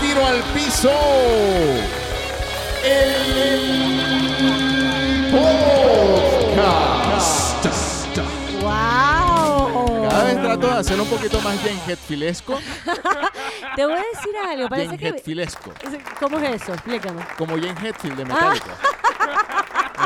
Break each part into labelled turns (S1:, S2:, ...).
S1: tiro al piso. El podcast.
S2: ¡Wow!
S1: Cada vez trato de hacer un poquito más Jen Hetfilesco.
S2: Te voy a decir algo. Ah, Parece
S1: Jen
S2: que.
S1: Hetfilesco.
S2: ¿Cómo es eso? Explícame.
S1: Como Jen Hetfield de Metallica.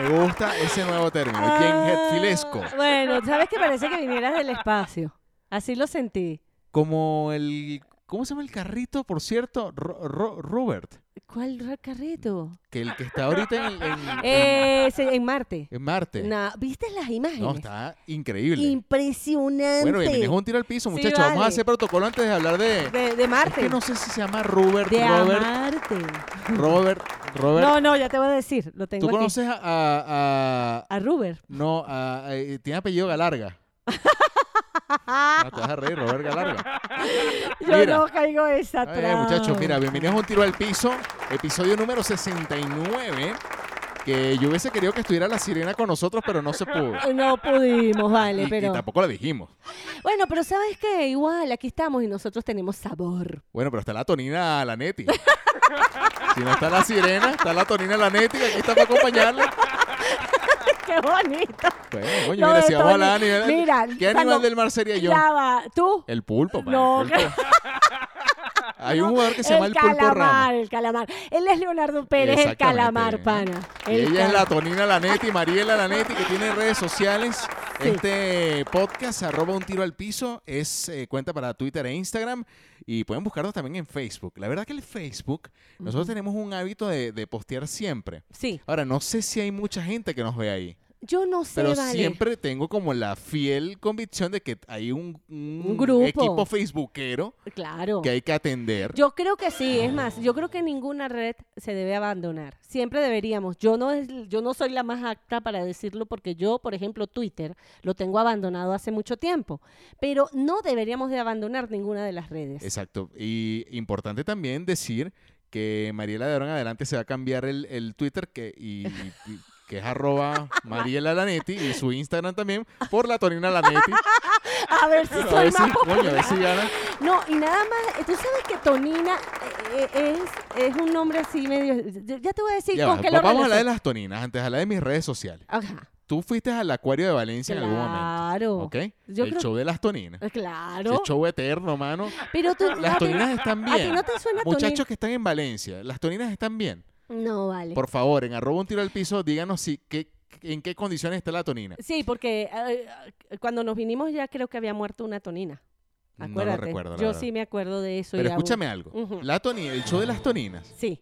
S1: Me gusta ese nuevo término, Jen Hetfilesco.
S2: Ah, Bueno, sabes que parece que vinieras del espacio. Así lo sentí.
S1: Como el. ¿Cómo se llama el carrito, por cierto? Ro- Ro- Robert.
S2: ¿Cuál ra- carrito?
S1: Que el que está ahorita en, el- en- en-
S2: Eh, se- en Marte.
S1: en Marte.
S2: Na- ¿Viste las imágenes?
S1: Este. No, está increíble.
S2: Impresionante.
S1: Bueno, bienvenidos a un tiro al piso,
S2: Sí,
S1: muchachos. Vamos a
S2: vale.
S1: hacer protocolo antes de hablar de.
S2: de, de
S1: Es
S2: Marte.
S1: que no sé si se llama Robert,
S2: de
S1: Robert,
S2: Marte.
S1: Robert, Robert.
S2: No, no, ya te voy a decir. Lo tengo
S1: ¿Tú
S2: aquí.
S1: conoces a, a- a-
S2: A Ruber.
S1: no, a- a- eh, tiene apellido Galarga. No, te vas a reír, Robert Galarga.
S2: Yo
S1: Mira.
S2: no caigo en esa
S1: Está bien,
S2: trampa.
S1: muchachos, mira, bienvenidos a un tiro al piso, episodio número 69. Que yo hubiese querido que estuviera la sirena con nosotros, pero no se pudo.
S2: No pudimos,
S1: Y-
S2: vale,
S1: y,
S2: pero...
S1: tampoco la dijimos.
S2: Bueno, pero ¿sabes qué? Igual, aquí estamos y nosotros tenemos sabor.
S1: Bueno, pero está la Tonina Lanetti. si no está la sirena, está la Tonina Lanetti, que aquí está para acompañarla.
S2: ¡Qué bonito!
S1: Bueno,
S2: Lo
S1: coño, mira,
S2: de
S1: si vamos a
S2: Tony.
S1: hablar de animal-
S2: Mira,
S1: ¿Qué
S2: cuando-
S1: animal del mar sería yo?
S2: Ya va, ¿tú?
S1: El pulpo, man,
S2: No,
S1: el pulpo. Hay un jugador que se llama el, pulpo
S2: calamar,
S1: Ramos.
S2: el calamar. Él es Leonardo Pérez, el
S1: Exactamente.
S2: calamar, pana.
S1: Y
S2: El
S1: ella es la
S2: cal-
S1: Tonina Lanetti, Mariela Lanetti, que tiene redes sociales.
S2: Sí.
S1: Este podcast, arroba un tiro al piso, es eh, cuenta para Twitter e Instagram. Y pueden buscarnos también en Facebook. La verdad que el Facebook, nosotros tenemos un hábito de, de postear siempre.
S2: Sí,
S1: Ahora, no sé si hay mucha gente que nos ve ahí,
S2: yo no sé,
S1: pero
S2: vale.
S1: siempre tengo como la fiel convicción de que hay un, un
S2: Un grupo.
S1: equipo facebookero
S2: Claro.
S1: que hay que atender.
S2: Yo creo que sí, es más, yo creo que ninguna red se debe abandonar. Siempre deberíamos. Yo no es, yo no soy la más apta para decirlo porque yo, por ejemplo, Twitter lo tengo abandonado hace mucho tiempo, pero no deberíamos de abandonar ninguna de las redes.
S1: Exacto. Y importante también decir que Mariela de ahora en adelante se va a cambiar el, el Twitter que, y, y- que es arroba Mariela Lanetti y su Instagram también por la Torina Lanetti.
S2: A ver si
S1: A
S2: soy
S1: ver si,
S2: más
S1: coño, a ver si gana.
S2: No, y nada más, eh, tú sabes que Tonina eh, eh, es, es un nombre así medio. Ya ya te voy a decir
S1: Ya va,
S2: con qué lo
S1: Vamos a hablar de
S2: relaciono.
S1: las Toninas, antes de hablar de mis redes sociales.
S2: Ajá.
S1: Tú fuiste al Acuario de Valencia en algún momento.
S2: Claro.
S1: ¿Ok?
S2: Yo
S1: el
S2: creo-
S1: show de las Toninas.
S2: Eh,
S1: Ese
S2: Claro.
S1: show eterno, mano.
S2: Pero tú. a
S1: Las
S2: ti-
S1: Toninas están
S2: ¿A ti
S1: bien.
S2: no te suena
S1: Muchachos que están en Valencia, las Toninas están bien.
S2: Tonina? No, vale.
S1: Por favor, en arroba un tiro al piso, díganos si, qué, en qué condiciones está la tonina.
S2: Sí, porque eh, eh, cuando nos vinimos ya creo que había muerto una Tonina.
S1: No lo
S2: Acuérdate.
S1: recuerdo, la
S2: Yo
S1: verdad.
S2: sí me acuerdo de eso.
S1: Pero
S2: y aún-
S1: escúchame algo.
S2: Ujú.
S1: La toni- el show de las toninas,
S2: Sí.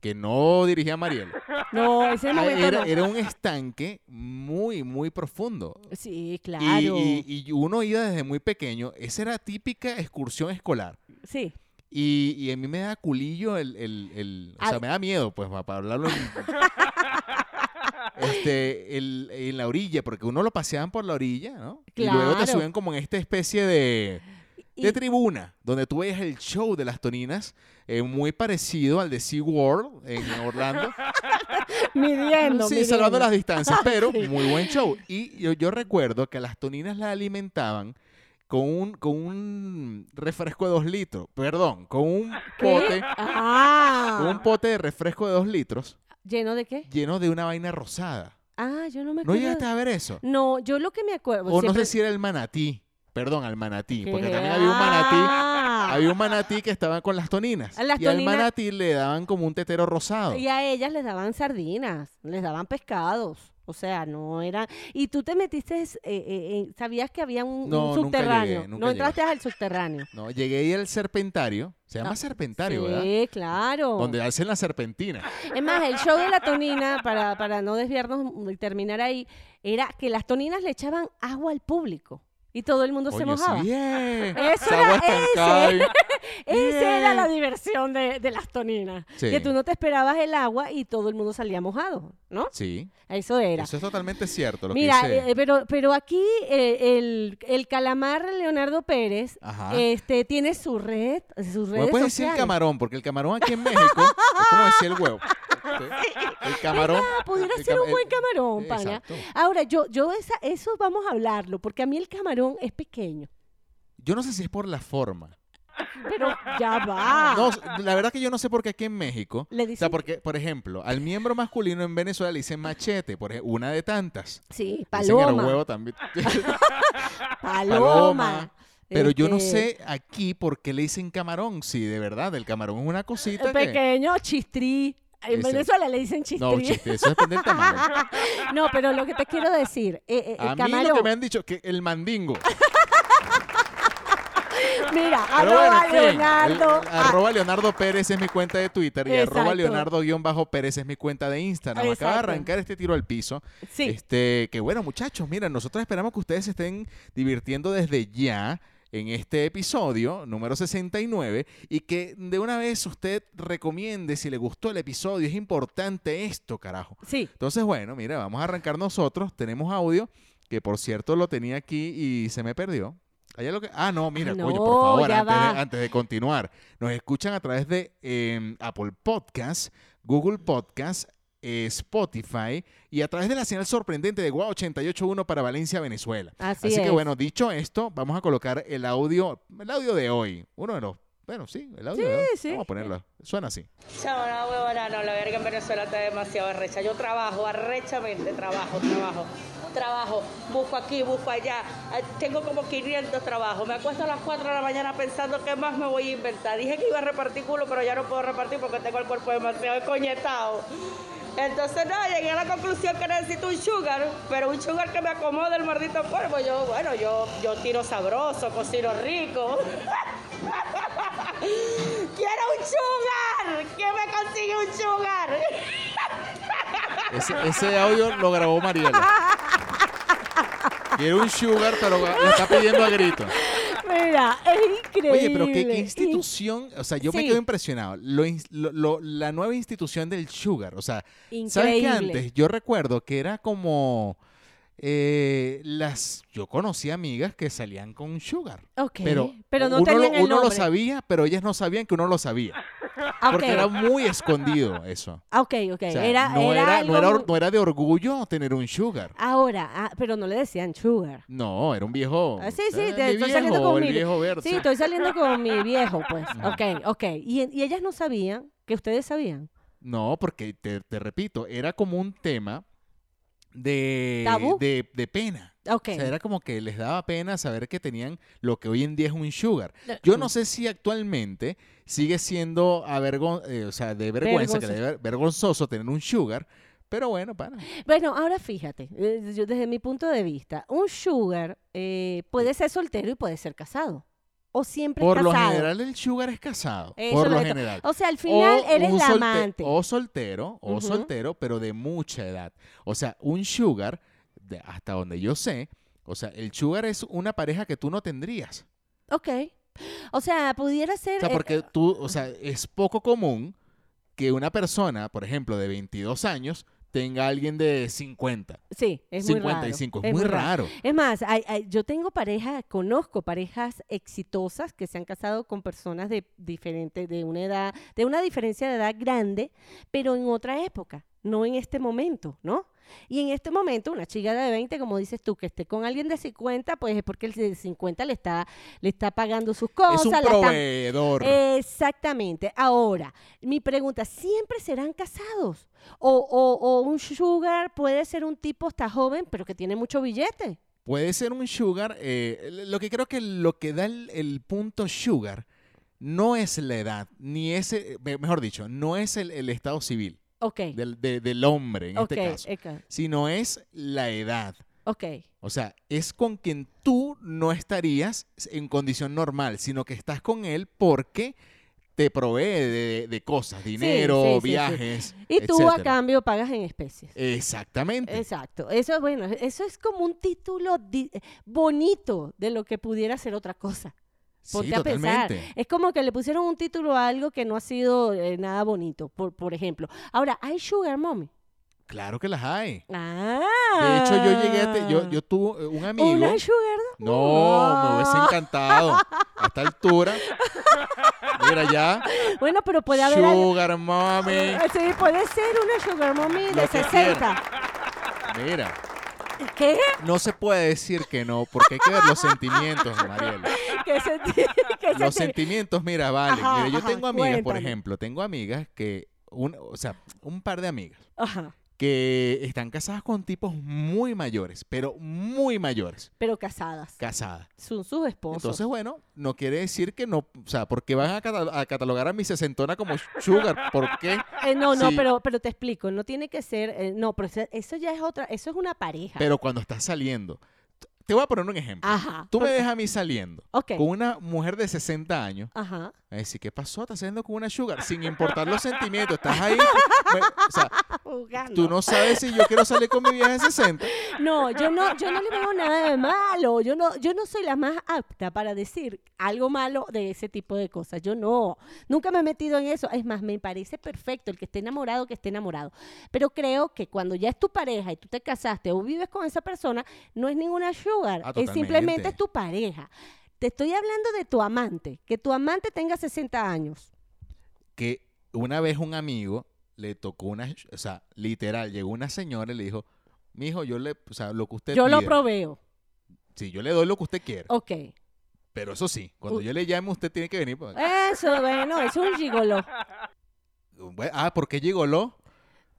S1: que no dirigía Mariel,
S2: No, ese momento.
S1: Ah, era,
S2: no.
S1: era un estanque muy, muy profundo.
S2: Sí,
S1: Y-
S2: claro.
S1: Y, y uno iba desde muy pequeño. Esa era típica excursión escolar.
S2: Sí.
S1: Y, y a mí me da culillo el... el- el- o sea,
S2: Al-
S1: me da miedo, pues, pa- para hablarlo. en- Este, el- en la orilla, porque uno lo paseaban por la orilla, ¿no? Y luego te
S2: Claro.
S1: subían como en esta especie de...
S2: Y-
S1: de tribuna, donde tú ves el show de las toninas, eh, muy parecido al de SeaWorld en Orlando.
S2: midiendo.
S1: sí,
S2: midiendo.
S1: salvando las distancias, pero muy buen show. Y yo, yo recuerdo que a las toninas las alimentaban con un, con un refresco de dos litros, perdón, con un
S2: ¿Qué?
S1: pote,
S2: Ah.
S1: con un pote de refresco de dos litros
S2: ¿Lleno de qué?
S1: lleno de una vaina rosada.
S2: Ah, yo no
S1: ¿No
S2: me acuerdo.
S1: llegaste a ver eso?
S2: No, yo lo que me acuerdo.
S1: O no sé
S2: siempre-
S1: si era el manatí, perdón, al manatí,
S2: ¿Qué?
S1: porque también había un manatí.
S2: Ah.
S1: Había un manatí que estaba con las toninas.
S2: A las
S1: y al
S2: toninas-
S1: manatí le daban como un tetero rosado.
S2: Y a ellas les daban sardinas, les daban pescados. O sea, no era. Y tú te metiste, eh, eh, eh, sabías que había un, un
S1: No, nunca
S2: subterráneo.
S1: llegué, nunca
S2: no entraste al subterráneo.
S1: No, llegué ahí al serpentario. Se llama
S2: Ah,
S1: serpentario,
S2: sí,
S1: ¿verdad?
S2: claro.
S1: Donde hacen la serpentina.
S2: Es más, el show de la tonina, para, para no desviarnos y terminar ahí, era que las toninas le echaban agua al público y todo el mundo se
S1: Coño, sí,
S2: mojaba.
S1: bien.
S2: Eso
S1: Esa
S2: era
S1: agua estancada
S2: ese.
S1: ahí.
S2: Esa
S1: Bien.
S2: era la diversión de, de las toninas.
S1: Sí.
S2: Que tú no te esperabas el agua y todo el mundo salía mojado, ¿no?
S1: Sí,
S2: Eso era.
S1: eso es totalmente cierto lo
S2: Mira,
S1: que dice.
S2: eh, pero, pero aquí eh, el, el calamar Leonardo Pérez
S1: Ajá.
S2: este, tiene su red, sus redes
S1: Bueno, puedes decir el
S2: sociales.
S1: camarón, porque el camarón aquí en México es como decir el huevo. Sí. El camarón.
S2: Ah, pudiera
S1: el
S2: ser
S1: cam-
S2: un buen
S1: el-
S2: camarón, pana.
S1: Exacto.
S2: Ahora, yo, yo esa, eso vamos a hablarlo, porque a mí el camarón es pequeño.
S1: Yo no sé si es por la forma.
S2: Pero ya va.
S1: Ah, No, la verdad que yo no sé por qué aquí en México.
S2: Le
S1: O sea,
S2: dicen-
S1: porque, por ejemplo, al miembro masculino en Venezuela le dicen machete, por ejemplo, una de tantas.
S2: Sí,
S1: Dicen
S2: paloma.
S1: el huevo también.
S2: paloma.
S1: paloma. Pero yo no
S2: Este,
S1: sé aquí por qué le dicen camarón. Sí, de verdad, el camarón es una cosita que...
S2: Pequeño chistrí. En
S1: Ese.
S2: Venezuela le dicen chistrí.
S1: No, chiste, eso depende del tamaño.
S2: No, pero lo que te quiero decir, eh, eh, el
S1: A mí lo
S2: camarón,
S1: que me han dicho que el mandingo.
S2: mira,
S1: Pero
S2: arroba
S1: bueno, en fin, el-
S2: Ah, Leonardo,
S1: el-
S2: ah,
S1: arroba Leonardo Pérez es mi cuenta de Twitter y
S2: Exacto.
S1: arroba Leonardo guión bajo Pérez es mi cuenta de Instagram. Acaba de
S2: Exacto.
S1: arrancar este tiro al piso.
S2: sí,
S1: Este, que bueno, muchachos, mira, nosotros esperamos que ustedes se estén divirtiendo desde ya en este episodio número 69 y que de una vez usted recomiende si le gustó el episodio. Es importante esto, carajo.
S2: sí,
S1: Entonces, bueno, mira, vamos a arrancar nosotros. Tenemos audio, que por cierto lo tenía aquí y se me perdió. Allá lo que... Ah, no, mira,
S2: No,
S1: coño, por favor,
S2: ya
S1: antes de,
S2: va.
S1: antes de continuar. Nos escuchan a través de eh, Apple Podcast, Google Podcast, eh, Spotify y a través de la señal sorprendente de Guau 881 para Valencia, Venezuela.
S2: así,
S1: Así
S2: es.
S1: que bueno, dicho esto, vamos a colocar el audio, el audio de hoy. Uno de los... Bueno, sí, el audio de hoy.
S2: sí.
S1: Vamos a ponerlo. Suena así.
S3: Chavo, no, huevona, no, la verga en Venezuela está demasiado arrecha. Yo trabajo, arrechamente, trabajo, trabajo, trabajo, busco aquí, busco allá. Ah, Tengo como 500 trabajos. Me acuesto a las 4 de la mañana pensando qué más me voy a inventar. Dije que iba a repartir culo, pero ya no puedo repartir porque tengo el cuerpo demasiado coñetado. Entonces, no, llegué a la conclusión que necesito un sugar, pero un sugar que me acomode el maldito cuerpo. Yo, bueno, yo, yo tiro sabroso, cocino rico. ¡Quiero un sugar! ¿Quién me consigue un sugar?
S1: Ese, ese audio lo grabó Mariela. Quiere un sugar, pero lo está pidiendo a grito.
S2: Mira, es increíble.
S1: Oye, pero qué, qué
S2: in-
S1: institución, o sea, yo me
S2: Sí.
S1: quedo impresionado. Lo ins- lo- lo- la nueva institución del sugar, o sea, ¿sabes qué
S2: Increíble.
S1: antes? Yo recuerdo que era como eh, las, yo conocí amigas que salían con sugar.
S2: Ok,
S1: Pero,
S2: pero no
S1: uno, lo,
S2: tenían el
S1: uno lo
S2: nombre.
S1: sabía, pero ellas no sabían que uno lo sabía.
S2: Ah,
S1: Porque
S2: ok.
S1: era muy escondido eso.
S2: Ah, ok, ok.
S1: O sea,
S2: era,
S1: no,
S2: era
S1: era,
S2: algo
S1: no, era, or-
S2: muy-
S1: no era de orgullo tener un sugar.
S2: Ahora, ah, pero no le decían sugar.
S1: No, era un viejo.
S2: Ah, sí, sí,
S1: eh,
S2: te-
S1: mi
S2: estoy
S1: viejo,
S2: saliendo con
S1: el
S2: mi-
S1: viejo verde.
S2: Sí, estoy saliendo con mi viejo, pues.
S1: Ujú.
S2: Ok, ok. Y, y ellas no sabían que ustedes sabían.
S1: No, porque te, te repito, era como un tema de,
S2: ¿Tabú?
S1: de, de pena.
S2: Ok.
S1: O sea, era como que les daba pena saber que tenían lo que hoy en día es un sugar. Yo no sé si actualmente sigue siendo avergon eh, o sea, de vergüenza, que le debe- vergonzoso tener un sugar, pero bueno, para.
S2: Bueno, ahora fíjate, eh, yo desde mi punto de vista, un sugar eh, puede ser soltero y puede ser casado. O siempre es
S1: Por lo
S2: casado.
S1: general el sugar es casado,
S2: Eso
S1: por
S2: lo
S1: lo
S2: que to-
S1: general.
S2: O sea, al final
S1: o
S2: eres
S1: un
S2: la
S1: solte-
S2: amante.
S1: O soltero, o
S2: Ujú.
S1: soltero, pero de mucha edad. O sea, un sugar, de- hasta donde yo sé, o sea, el sugar es una pareja que tú no tendrías.
S2: Ok. O sea, pudiera ser.
S1: O sea,
S2: eh,
S1: porque tú, o sea, es poco común que una persona, por ejemplo, de 22 años, tenga a alguien de 50,
S2: sí, es muy raro.
S1: 55. es muy raro.
S2: Es más, hay- hay- yo tengo parejas, conozco parejas exitosas que se han casado con personas de diferente, de una edad, de una diferencia de edad grande, pero en otra época, no en este momento, ¿no? Y en este momento, una chica de 20, como dices tú, que esté con alguien de 50, pues es porque el de 50 le está, le está pagando sus cosas.
S1: es un
S2: la está-
S1: proveedor.
S2: Exactamente. Ahora, mi pregunta, ¿siempre serán casados? O, o- o un sugar puede ser un tipo, está joven, pero que tiene mucho billete?
S1: Puede ser un sugar. eh, lo que creo que lo que da el, el punto sugar no es la edad, ni ese, mejor dicho, no es el, el estado civil
S2: Ok.
S1: del, de- del hombre en
S2: ok, eh.
S1: este caso,
S2: eca-
S1: sino es la edad.
S2: ok.
S1: O sea, es con quien tú no estarías en condición normal, sino que estás con él porque te provee de, de cosas, dinero,
S2: sí, sí, sí.
S1: viajes.
S2: Y tú a
S1: etcétera.
S2: cambio pagas en especies.
S1: Exactamente.
S2: Exacto. Eso es bueno. Eso es como un título di- bonito de lo que pudiera ser otra cosa. Ponte
S1: sí,
S2: a pensar.
S1: totalmente.
S2: Es como que le pusieron un título a algo que no ha sido eh, nada bonito, por, por ejemplo. Ahora, hay sugar mommy.
S1: Claro que las hay.
S2: Ah.
S1: De hecho, yo llegué a... te- yo, yo tuve eh, un amigo...
S2: Una sugar.
S1: No, me hubiese
S2: Ah.
S1: encantado. A esta altura. Mira ya.
S2: Bueno, pero puede haber algo-
S1: Sugar mommy.
S2: Sí, puede ser una sugar mommy
S1: Lo
S2: de
S1: que
S2: 60.
S1: Mira,
S2: ¿Qué?
S1: no se puede decir que no, porque hay que ver los sentimientos, Mariela.
S2: ¿Qué sentí? ¿Qué
S1: Los
S2: sentí?
S1: sentimientos, mira, vale.
S2: Ajá,
S1: mira, yo
S2: ajá,
S1: tengo amigas, por
S2: cuéntame.
S1: ejemplo, tengo amigas que, un, o sea, un par de amigas
S2: Ajá.
S1: que están casadas con tipos muy mayores, pero muy mayores,
S2: Pero casadas.
S1: casadas.
S2: Son sus esposos.
S1: Entonces, bueno, no quiere decir que no, o sea, porque van a, cata- a catalogar a mi sesentona como sugar, ¿por qué?
S2: Eh, no, no,
S1: Sí.
S2: pero, pero te explico, no tiene que ser, eh, no, pero eso- eso ya es otra, eso es una pareja.
S1: Pero cuando estás saliendo, te voy a poner un ejemplo.
S2: Ajá.
S1: Tú me
S2: por-
S1: dejas a mí saliendo
S2: Ah, Ok.
S1: con una mujer de 60 años.
S2: Ajá.
S1: Es decir, ¿qué pasó? Estás saliendo con una sugar, sin importar los sentimientos. Estás ahí. me- o sea,
S2: Jugando.
S1: tú no sabes si yo quiero salir con mi vieja de 60.
S2: No, yo no, yo no le veo nada de malo. Yo no, yo no soy la más apta para decir algo malo de ese tipo de cosas. Yo no. Nunca me he metido en eso. Es más, me parece perfecto el que esté enamorado, que esté enamorado. Pero creo que cuando ya es tu pareja y tú te casaste o vives con esa persona, no es ninguna sugar.
S1: Ah,
S2: es
S1: totalmente.
S2: simplemente es tu pareja. Te estoy hablando de tu amante. Que tu amante tenga 60 años.
S1: que una vez un amigo le tocó una, o sea, literal, llegó una señora y le dijo, mijo, yo le, o sea, lo que usted
S2: Yo lo
S1: pida,
S2: proveo.
S1: sí, yo le doy lo que usted quiera,
S2: Ok.
S1: pero eso sí, cuando
S2: Uh.
S1: yo le llame usted tiene que venir, pues,
S2: Eso, bueno, eso es un gigolo.
S1: bueno, ah, ¿por qué gigoló? O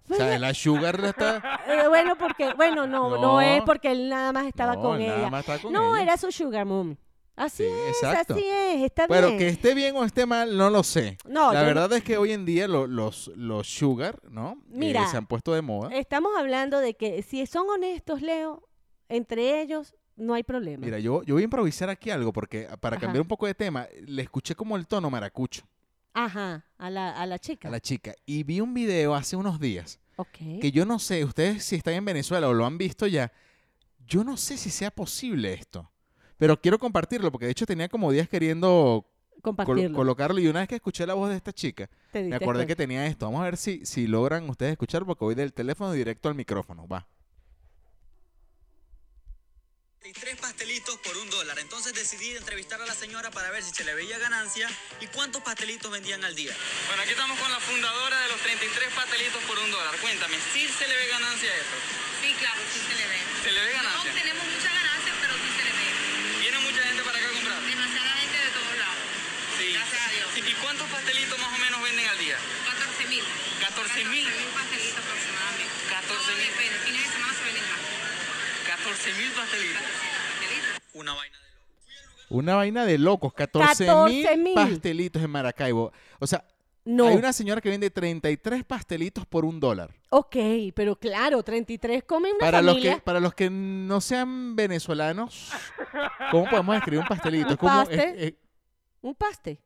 S2: Pues
S1: sea, la sugar la está...
S2: Eh, bueno, porque, bueno, no, no,
S1: No.
S2: es porque él nada más estaba
S1: No,
S2: con
S1: nada
S2: ella.
S1: más está con
S2: no,
S1: ella.
S2: era su sugar mom.
S1: Sí,
S2: Así es,
S1: exacto.
S2: así es, está
S1: Pero
S2: bien.
S1: que esté bien o esté mal, no lo sé.
S2: No,
S1: la
S2: yo-
S1: verdad es que hoy en día lo- los, los sugar, ¿no? Eh,
S2: Mira.
S1: se han puesto de moda.
S2: Estamos hablando de que si son honestos, Leo, entre ellos no hay problema.
S1: Mira, yo, yo voy a improvisar aquí algo porque ah, para
S2: Ajá.
S1: cambiar un poco de tema, le escuché como el tono maracucho.
S2: Ajá, a la, a la chica.
S1: a la chica y vi un video hace unos días
S2: Ok.
S1: que yo no sé, ustedes si están en Venezuela o lo han visto ya, yo no sé si sea posible esto, pero quiero compartirlo porque de hecho tenía como días queriendo col-
S2: Compartirlo.
S1: colocarlo y una vez que escuché la voz de esta chica,
S2: Te
S1: me
S2: diste
S1: acordé que
S2: cuenta.
S1: tenía esto. Vamos a ver si, si logran ustedes escuchar porque voy del teléfono directo al micrófono, va.
S4: Y tres pastelitos por un dólar. Entonces decidí entrevistar a la señora para ver si se le veía ganancia y cuántos pastelitos vendían al día.
S5: Bueno, aquí estamos con la fundadora de los 33 pastelitos por un dólar. Cuéntame, ¿sí se le ve ganancia a eso?
S6: Sí, claro, sí se le ve.
S5: ¿Se le ve
S6: No
S5: ganancia?
S6: tenemos mucha ganancia, pero sí se le ve.
S5: ¿Viene mucha gente para acá a comprar?
S6: Demasiada gente de todos lados. Gracias a Dios.
S5: Sí, ¿Y cuántos pastelitos más o menos venden al día?
S6: 14 mil.
S5: 14 mil.
S6: pastelitos aproximadamente.
S5: 14.000.
S6: Todo depende. Fines de semana se venden más.
S5: 14 mil pastelitos.
S6: 14.000 pastelitos.
S5: Una vaina de loco.
S1: Una vaina de locos, 14 mil
S2: 14.000.
S1: pastelitos en Maracaibo. O sea,
S2: No.
S1: hay una señora que vende 33 pastelitos por un dólar.
S2: Ok, pero claro, 33 come una
S1: Para los,
S2: familia.
S1: que, para los que no sean venezolanos, ¿cómo podemos escribir un pastelito?
S2: ¿Un
S1: Es, como- es-
S2: pastel?
S1: es-
S2: Un paste.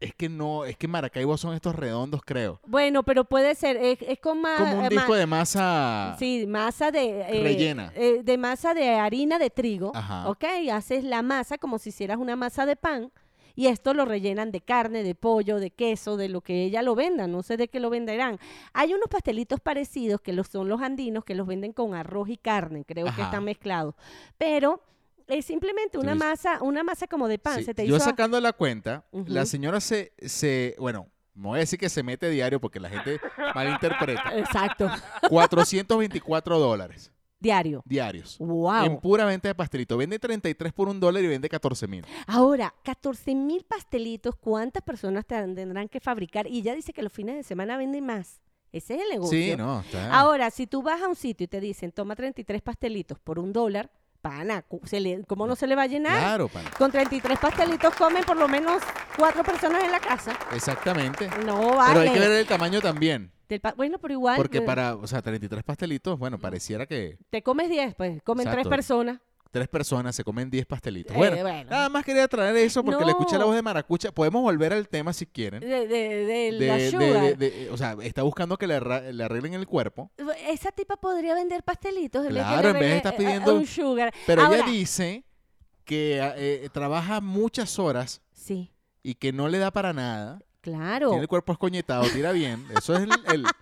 S1: es que no, es que en Maracaibo son estos redondos, creo.
S2: Bueno, pero puede ser, es, es con más...
S1: Como un
S2: eh,
S1: disco
S2: más-
S1: de masa.
S2: Sí, masa de... eh,
S1: Ah. Rellena.
S2: eh, de masa de harina de trigo.
S1: Ajá.
S2: ¿Ok? Haces la masa como si hicieras una masa de pan. Y esto lo rellenan de carne, de pollo, de queso, de lo que ella lo venda. No sé de qué lo venderán. Hay unos pastelitos parecidos que los, son los andinos que los venden con arroz y carne. Creo que
S1: Ajá.
S2: están mezclados. Pero es simplemente una
S1: Entonces-
S2: masa, una masa como de pan.
S1: Sí,
S2: Se te
S1: Yo
S2: hizo a-
S1: sacando la cuenta,
S2: Ujú.
S1: la señora se, se, bueno, no voy a decir que se mete diario porque la gente malinterpreta.
S2: Exacto.
S1: 424 dólares
S2: Diario.
S1: diarios.
S2: Wow.
S1: En pura venta de pastelito. Vende 33 por un dólar y vende 14 mil.
S2: Ahora, 14 mil pastelitos, ¿cuántas personas tan- tendrán que fabricar? Y ya dice que los fines de semana venden más. Ese es el negocio.
S1: Sí, no. está-
S2: Ahora, si tú vas a un sitio y te dicen, toma 33 pastelitos por un dólar, pana, cu- se le- ¿cómo no se le va a llenar?
S1: Claro, pana.
S2: Con 33 pastelitos comen por lo menos cuatro personas en la casa.
S1: Exactamente.
S2: No
S1: Pero
S2: vale.
S1: hay que ver el tamaño también.
S2: Del pa- bueno, pero igual
S1: Porque
S2: eh,
S1: para, o sea, 33 pastelitos, bueno, pareciera que
S2: te comes 10, pues comen tres
S1: Exacto.
S2: personas.
S1: tres personas se comen 10 pastelitos.
S2: Eh,
S1: Bueno,
S2: bueno.
S1: nada más quería traer eso porque le escuché la
S2: No.
S1: voz de Maracucha. Podemos volver al tema si quieren.
S2: De, de- de
S1: De-
S2: la
S1: de-
S2: sugar.
S1: de- de- o sea, está buscando que le, arra- le arreglen el cuerpo,
S2: Esa tipa podría vender pastelitos. En vez
S1: Claro,
S2: que le
S1: en vez de
S2: arregle-
S1: estar
S2: a- a
S1: pidiendo-
S2: un sugar.
S1: pero
S2: Ahora,
S1: ella dice que eh, trabaja muchas horas
S2: Sí,
S1: y que no le da para nada.
S2: claro.
S1: Tiene el cuerpo escoñetado, tira bien. Eso es el... el-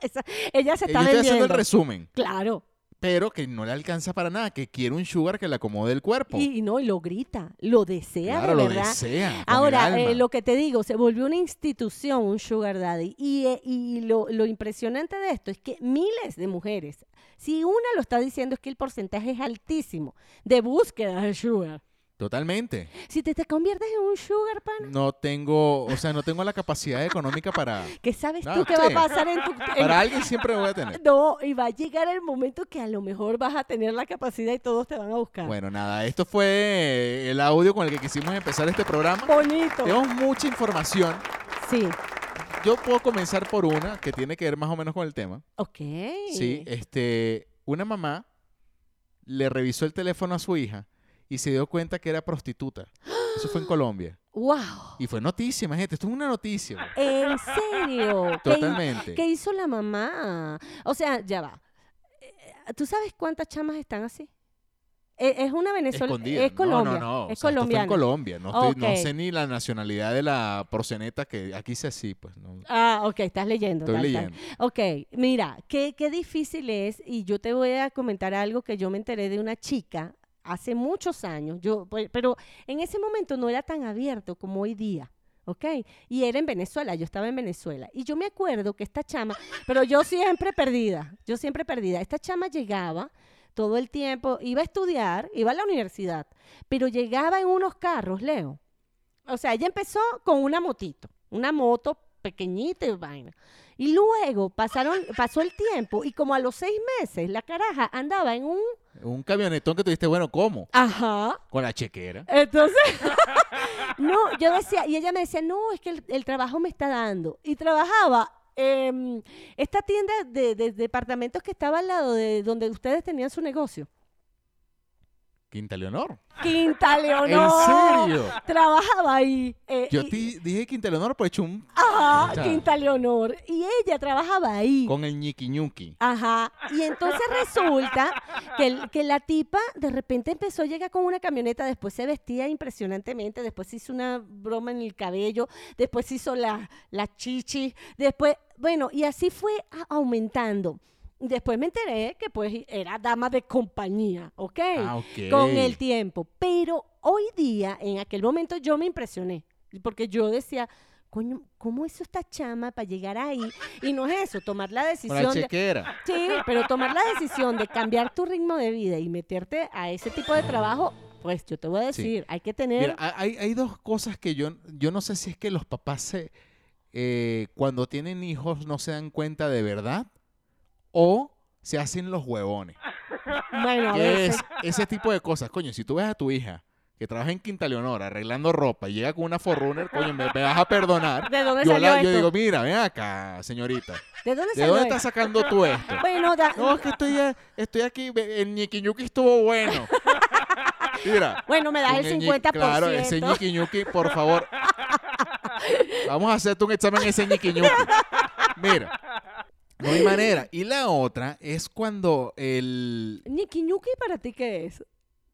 S2: Esa- ella se
S1: yo estoy
S2: está
S1: haciendo
S2: vendiendo.
S1: el resumen,
S2: claro.
S1: pero que no le alcanza para nada, que quiere un sugar que le acomode el cuerpo.
S2: Y, y no, y lo grita, lo desea,
S1: claro,
S2: de
S1: lo
S2: verdad.
S1: desea. con el
S2: Ahora, eh,
S1: alma.
S2: lo que te digo, se volvió una institución un Sugar Daddy. Y, eh, y lo, lo impresionante de esto es que miles de mujeres, si una lo está diciendo, es que el porcentaje es altísimo de búsquedas de Sugar.
S1: Totalmente.
S2: Si te, te conviertes en un sugar pan,
S1: No tengo, o sea, no tengo la capacidad económica para...
S2: que sabes
S1: Ah,
S2: tú qué va
S1: sí.
S2: a pasar en tu... en-
S1: Para alguien siempre voy a tener.
S2: No, y va a llegar el momento que a lo mejor vas a tener la capacidad y todos te van a buscar.
S1: Bueno, nada, esto fue el audio con el que quisimos empezar este programa.
S2: Bonito.
S1: Tenemos mucha información.
S2: Sí.
S1: Yo puedo comenzar por una que tiene que ver más o menos con el tema.
S2: Ok.
S1: Sí, este, una mamá le revisó el teléfono a su hija y se dio cuenta que era prostituta. Eso fue en Colombia.
S2: Wow.
S1: Y fue noticia, imagínate, esto es una noticia. güey.
S2: En serio. ¿Qué hi-
S1: Totalmente.
S2: ¿Qué hizo la mamá? O sea, ya va. Eh, ¿Tú sabes cuántas chamas están así? Eh, Es una venezolana.
S1: Escondida.
S2: Es
S1: No,
S2: Colombia.
S1: No, no, o
S2: Es
S1: sea, esto fue
S2: colombiana.
S1: en Colombia. No, estoy- no
S2: Ok.
S1: sé ni la nacionalidad de la porceneta que aquí se así, pues. No,
S2: Ah, ok, estás leyendo.
S1: estoy
S2: tal, tal.
S1: leyendo.
S2: Ok, mira, qué, qué difícil es, y yo te voy a comentar algo que yo me enteré de una chica hace muchos años, yo, pe- pero en ese momento no era tan abierto como hoy día. ¿Ok? Y era en Venezuela, yo estaba en Venezuela. Y yo me acuerdo que esta chama, pero yo siempre perdida, yo siempre perdida. Esta chama llegaba todo el tiempo, iba a estudiar, iba a la universidad, pero llegaba en unos carros, Leo. O sea, ella empezó con una motito, una moto pequeñita y vaina. Y luego pasaron, pasó el tiempo y como a los seis meses la caraja andaba en un...
S1: Un camionetón que tuviste, bueno, ¿cómo?
S2: Ajá.
S1: Con la chequera.
S2: Entonces, no, yo decía, y ella me decía, no, es que el, el trabajo me está dando. Y trabajaba en esta tienda de, de departamentos que estaba al lado de donde ustedes tenían su negocio.
S1: Quinta Leonor.
S2: Quinta Leonor.
S1: ¿En serio?
S2: Trabajaba ahí. eh,
S1: Yo
S2: y-
S1: te dije Quinta Leonor, pues hecho un...
S2: Ajá,
S1: Quinta.
S2: Quinta Leonor. Y ella trabajaba ahí.
S1: Con el ñiqui ñuqui.
S2: Ajá. Y entonces resulta que, el- que la tipa de repente empezó a llegar con una camioneta, después se vestía impresionantemente, después hizo una broma en el cabello, después hizo la, la chichi, después, bueno, y así fue a- aumentando. Después me enteré que pues era dama de compañía, ¿ok?
S1: Ah, ok.
S2: Con el tiempo. Pero hoy día, en aquel momento yo me impresioné, porque yo decía... Coño, ¿cómo hizo esta chama para llegar ahí? Y no es eso, tomar la
S1: Con la
S2: decisión de,
S1: chequera.
S2: Sí, pero tomar la decisión de cambiar tu ritmo de vida y meterte a ese tipo de trabajo, pues yo te voy a
S1: Sí.
S2: decir, hay que tener...
S1: Mira, ha- hay, hay dos cosas que yo, yo no sé si es que los papás se, eh, cuando tienen hijos no se dan cuenta de verdad o se hacen los huevones.
S2: bueno, a
S1: que
S2: veces...
S1: es ese tipo de cosas. Coño, si tú ves a tu hija que trabaja en Quinta Leonor arreglando ropa y llega con una forrunner, coño, me, me vas a perdonar.
S2: ¿De dónde
S1: Yo,
S2: salió
S1: la- yo
S2: esto?
S1: digo, mira, ven acá, señorita.
S2: ¿De dónde
S1: ¿De
S2: salió
S1: dónde
S2: esto?
S1: estás sacando tú esto?
S2: Bueno, da-
S1: No, es que estoy, a- estoy aquí, ve- el ñiquiñuqui estuvo bueno. Mira.
S2: bueno, me das
S1: con
S2: el
S1: ñi-
S2: 50%.
S1: Claro, ese ñiquiñuqui, por favor. Vamos a hacerte un examen en ese ñiquiñuqui. Mira. No hay manera. Y la otra es cuando el,
S2: Ñiqui ñuqui, para ti qué es?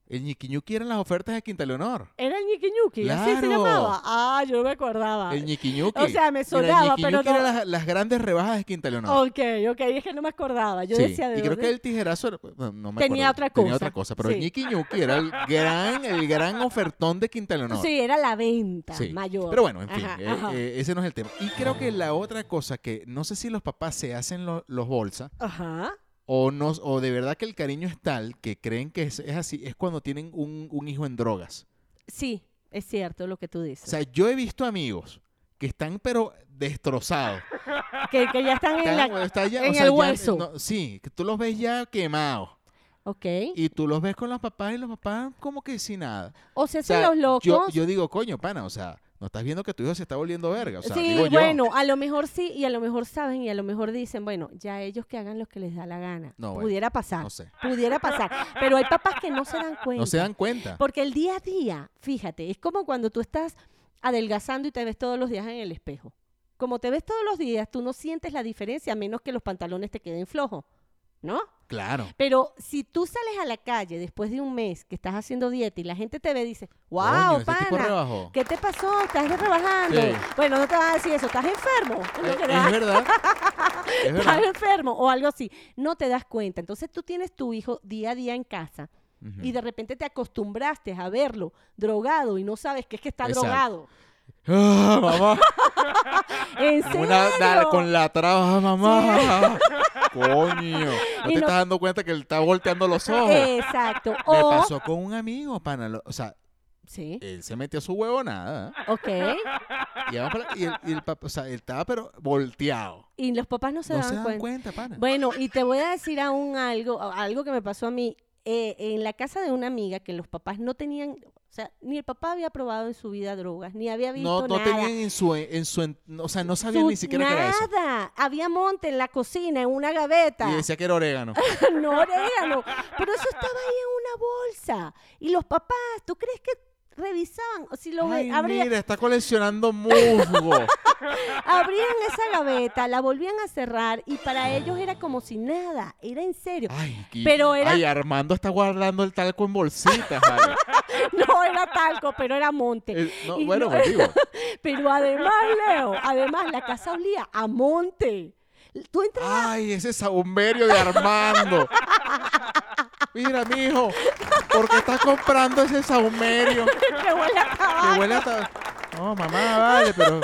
S1: el ñiquiñuqui eran las ofertas de Quinta Leonor.
S2: ¿Era el ñiqui ñuqui? ¿Así se
S1: Claro.
S2: llamaba? Ah, yo no me acordaba.
S1: El ñiquiñuqui.
S2: O sea, me
S1: Mira,
S2: sonaba,
S1: el ñiquiñuqui
S2: pero no-
S1: eran las, las grandes rebajas de Quinta Leonor.
S2: Ok, ok, es que no me acordaba. Yo
S1: Sí,
S2: decía
S1: y
S2: de
S1: creo
S2: dónde-
S1: que el tijerazo era- pues, no, no me
S2: Tenía
S1: acuerdo,
S2: otra
S1: Tenía
S2: cosa,
S1: otra cosa, pero el
S2: sí.
S1: Ñiqui Ñuqui era el gran, el gran ofertón de Quinta Leonor.
S2: Sí, era la venta
S1: Sí.
S2: mayor.
S1: Pero bueno, en fin,
S2: Ajá,
S1: eh,
S2: ajá,
S1: eh, ese no es el tema. Y creo que la otra cosa que no sé si los papás se hacen lo- los bolsas
S2: ajá.
S1: o, no, o de verdad que el cariño es tal que creen que es, es así, es cuando tienen un, un hijo en drogas.
S2: Sí, es cierto lo que tú dices.
S1: O sea, yo he visto amigos que están pero destrozados.
S2: que, que ya están en,
S1: Están-
S2: la,
S1: está ya- o
S2: en
S1: sea,
S2: el
S1: ya-
S2: hueso.
S1: no, sí, que tú los ves ya quemados.
S2: Ok.
S1: Y tú los ves con los papás y los papás como que sin nada.
S2: O sea,
S1: O sea,
S2: son los locos.
S1: Yo, yo digo, coño, pana, o sea, no estás viendo que tu hijo se está volviendo verga. O sea,
S2: sí,
S1: digo yo.
S2: bueno, a lo mejor sí, y a lo mejor saben, y a lo mejor dicen, bueno, ya ellos que hagan lo que les da la gana.
S1: No, bueno,
S2: pudiera pasar.
S1: no sé.
S2: Pudiera pasar. Pero hay papás que no se dan cuenta.
S1: No se dan cuenta.
S2: Porque el día a día, fíjate, es como cuando tú estás adelgazando y te ves todos los días en el espejo. Como te ves todos los días, tú no sientes la diferencia a menos que los pantalones te queden flojos, ¿no?
S1: Claro.
S2: Pero si tú sales a la calle después de un mes que estás haciendo dieta y la gente te ve y dice,
S1: Coño,
S2: wow,
S1: este tipo
S2: pana,
S1: rebajó".
S2: ¿qué te pasó? ¿Estás rebajando?
S1: Sí.
S2: Bueno, no te vas a decir eso, estás enfermo. Es
S1: Eh,
S2: lo que te
S1: es
S2: vas-
S1: verdad. Es
S2: Estás
S1: verdad.
S2: enfermo o algo así. No te das cuenta. Entonces tú tienes tu hijo día a día en casa
S1: Ujú.
S2: y de repente te acostumbraste a verlo drogado y no sabes que es que está
S1: Exacto.
S2: drogado.
S1: Ah, mamá.
S2: En
S1: Como
S2: serio.
S1: una- da- con la traba, mamá. Coño. No te
S2: Y no-
S1: estás dando cuenta que él está volteando los ojos.
S2: Exacto.
S1: Me
S2: O
S1: pasó con un amigo, pana. lo- O sea,
S2: Sí.
S1: Él se metió su huevo nada.
S2: Ok.
S1: Y, vamos para- y el, y el papá, o sea, él estaba pero volteado.
S2: Y los papás no se
S1: no
S2: daban
S1: se dan
S2: cuenta.
S1: cuenta, pana.
S2: Bueno, y te voy a decir aún algo, a- algo que me pasó a mí. Eh, en la casa de una amiga que los papás no tenían, o sea, ni el papá había probado en su vida drogas, ni había visto
S1: no, no
S2: nada.
S1: tenían en su, en su, en- o sea, no sabían
S2: Su-
S1: ni siquiera que era eso.
S2: Nada, había monte en la cocina, en una gaveta.
S1: Y decía que era orégano.
S2: no orégano. Pero eso estaba ahí en una bolsa. Y los papás, ¿tú crees que revisaban? O si lo ve-
S1: Ay,
S2: abría-
S1: mira, está coleccionando musgo.
S2: abrían esa gaveta, la volvían a cerrar y para ellos era como si nada, era en serio.
S1: Ay, y-
S2: Pero era-
S1: ay, Armando está guardando el talco en bolsitas, vale.
S2: No era talco, pero era monte.
S1: Eh, no,
S2: Y
S1: bueno,
S2: no-
S1: pues digo,
S2: Pero además, Leo, además la casa olía a monte. Tú entrabas
S1: ay, ese saumberio de Armando. Mira, mijo, ¿por qué estás comprando ese saumerio?
S2: que huele a
S1: Que
S2: tabaco.
S1: huele a ta- No, mamá, vale, pero.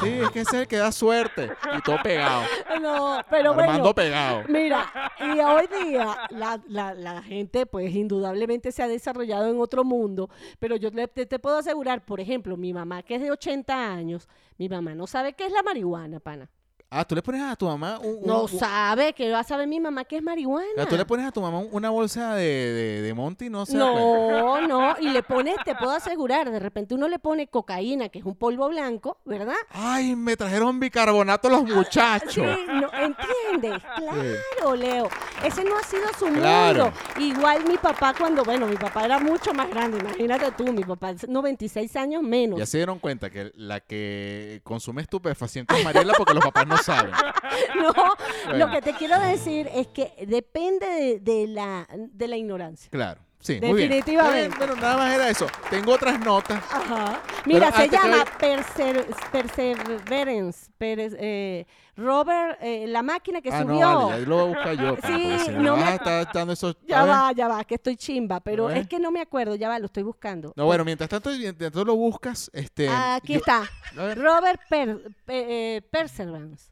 S1: Sí, es que ese es el que da suerte. Y todo pegado.
S2: No, pero
S1: Armando
S2: bueno.
S1: pegado.
S2: Mira, y hoy día la, la- la gente pues indudablemente se ha desarrollado en otro mundo, pero yo le- te, te puedo asegurar, por ejemplo, mi mamá que es de 80 años, mi mamá no sabe qué es la marihuana, pana.
S1: Ah, tú le pones a tu mamá un. un-
S2: No
S1: un-
S2: sabe, que va a saber mi mamá qué es marihuana.
S1: Ah, tú le pones a tu mamá un- una bolsa de, de, de Monty y no se da cuenta.
S2: No, no, y le pones, te puedo asegurar, de repente uno le pone cocaína, que es un polvo blanco, ¿verdad?
S1: Ay, me trajeron bicarbonato los
S2: Sí,
S1: muchachos.
S2: no, ¿entiendes? Claro, Leo. Ese no ha sido su
S1: Claro.
S2: mundo. Igual mi papá cuando, bueno, mi papá era mucho más grande, imagínate tú, mi papá es 96 años menos.
S1: Ya se dieron cuenta que la que consume estupefacientes es Mariela porque los papás no saben.
S2: No,
S1: Bueno.
S2: lo que te quiero decir es que depende de, de la, de la ignorancia.
S1: Claro. Sí, muy bien.
S2: Definitivamente.
S1: Está bien, Bueno, nada más era eso. Tengo otras notas.
S2: Ajá. Mira, se
S1: antes que
S2: llama
S1: vaya-
S2: Persever- Perseverance, Perez- eh, Robert, eh, la máquina que
S1: ah,
S2: subió.
S1: no, vale, ya lo voy a buscar yo. pana,
S2: Sí,
S1: porque si
S2: no
S1: me vas
S2: me-
S1: a estar dando esos...
S2: Ya
S1: a ver.
S2: va, ya va, que estoy chimba, pero
S1: A ver.
S2: es que no me acuerdo, ya va, lo estoy buscando.
S1: No, bueno, mientras tanto, mientras tú lo buscas, este...
S2: Pues Aquí
S1: yo-
S2: está.
S1: A ver.
S2: Robert Per- Pe- eh, Perseverance.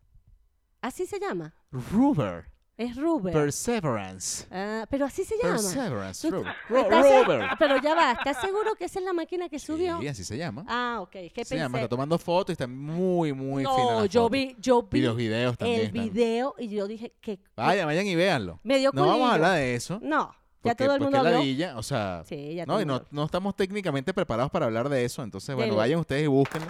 S2: Así se llama.
S1: Ruber.
S2: Es Ruber.
S1: Perseverance.
S2: Ah, pero así se llama.
S1: Perseverance.
S2: Tú-
S1: Ruber.
S2: ¿Estás se-
S1: Ruber.
S2: Pero ya va, ¿estás seguro que esa es la máquina que subió?
S1: Sí, así se llama.
S2: Ah, ok. es que
S1: se llama,
S2: pensé-
S1: está tomando fotos y está muy, muy fina
S2: No,
S1: la
S2: yo
S1: foto.
S2: vi, yo vi
S1: Y los videos también
S2: el
S1: están.
S2: video y yo dije que
S1: Vaya, vayan y véanlo.
S2: me dio
S1: No vamos a
S2: culillo.
S1: hablar de eso.
S2: No, ya
S1: porque-
S2: todo el
S1: porque
S2: mundo
S1: la
S2: habló.
S1: villa, o sea,
S2: Sí, ya
S1: no,
S2: todo
S1: y
S2: el mundo
S1: no, no estamos técnicamente preparados para hablar de eso, entonces bueno,
S2: Dele.
S1: vayan ustedes y búsquenlo.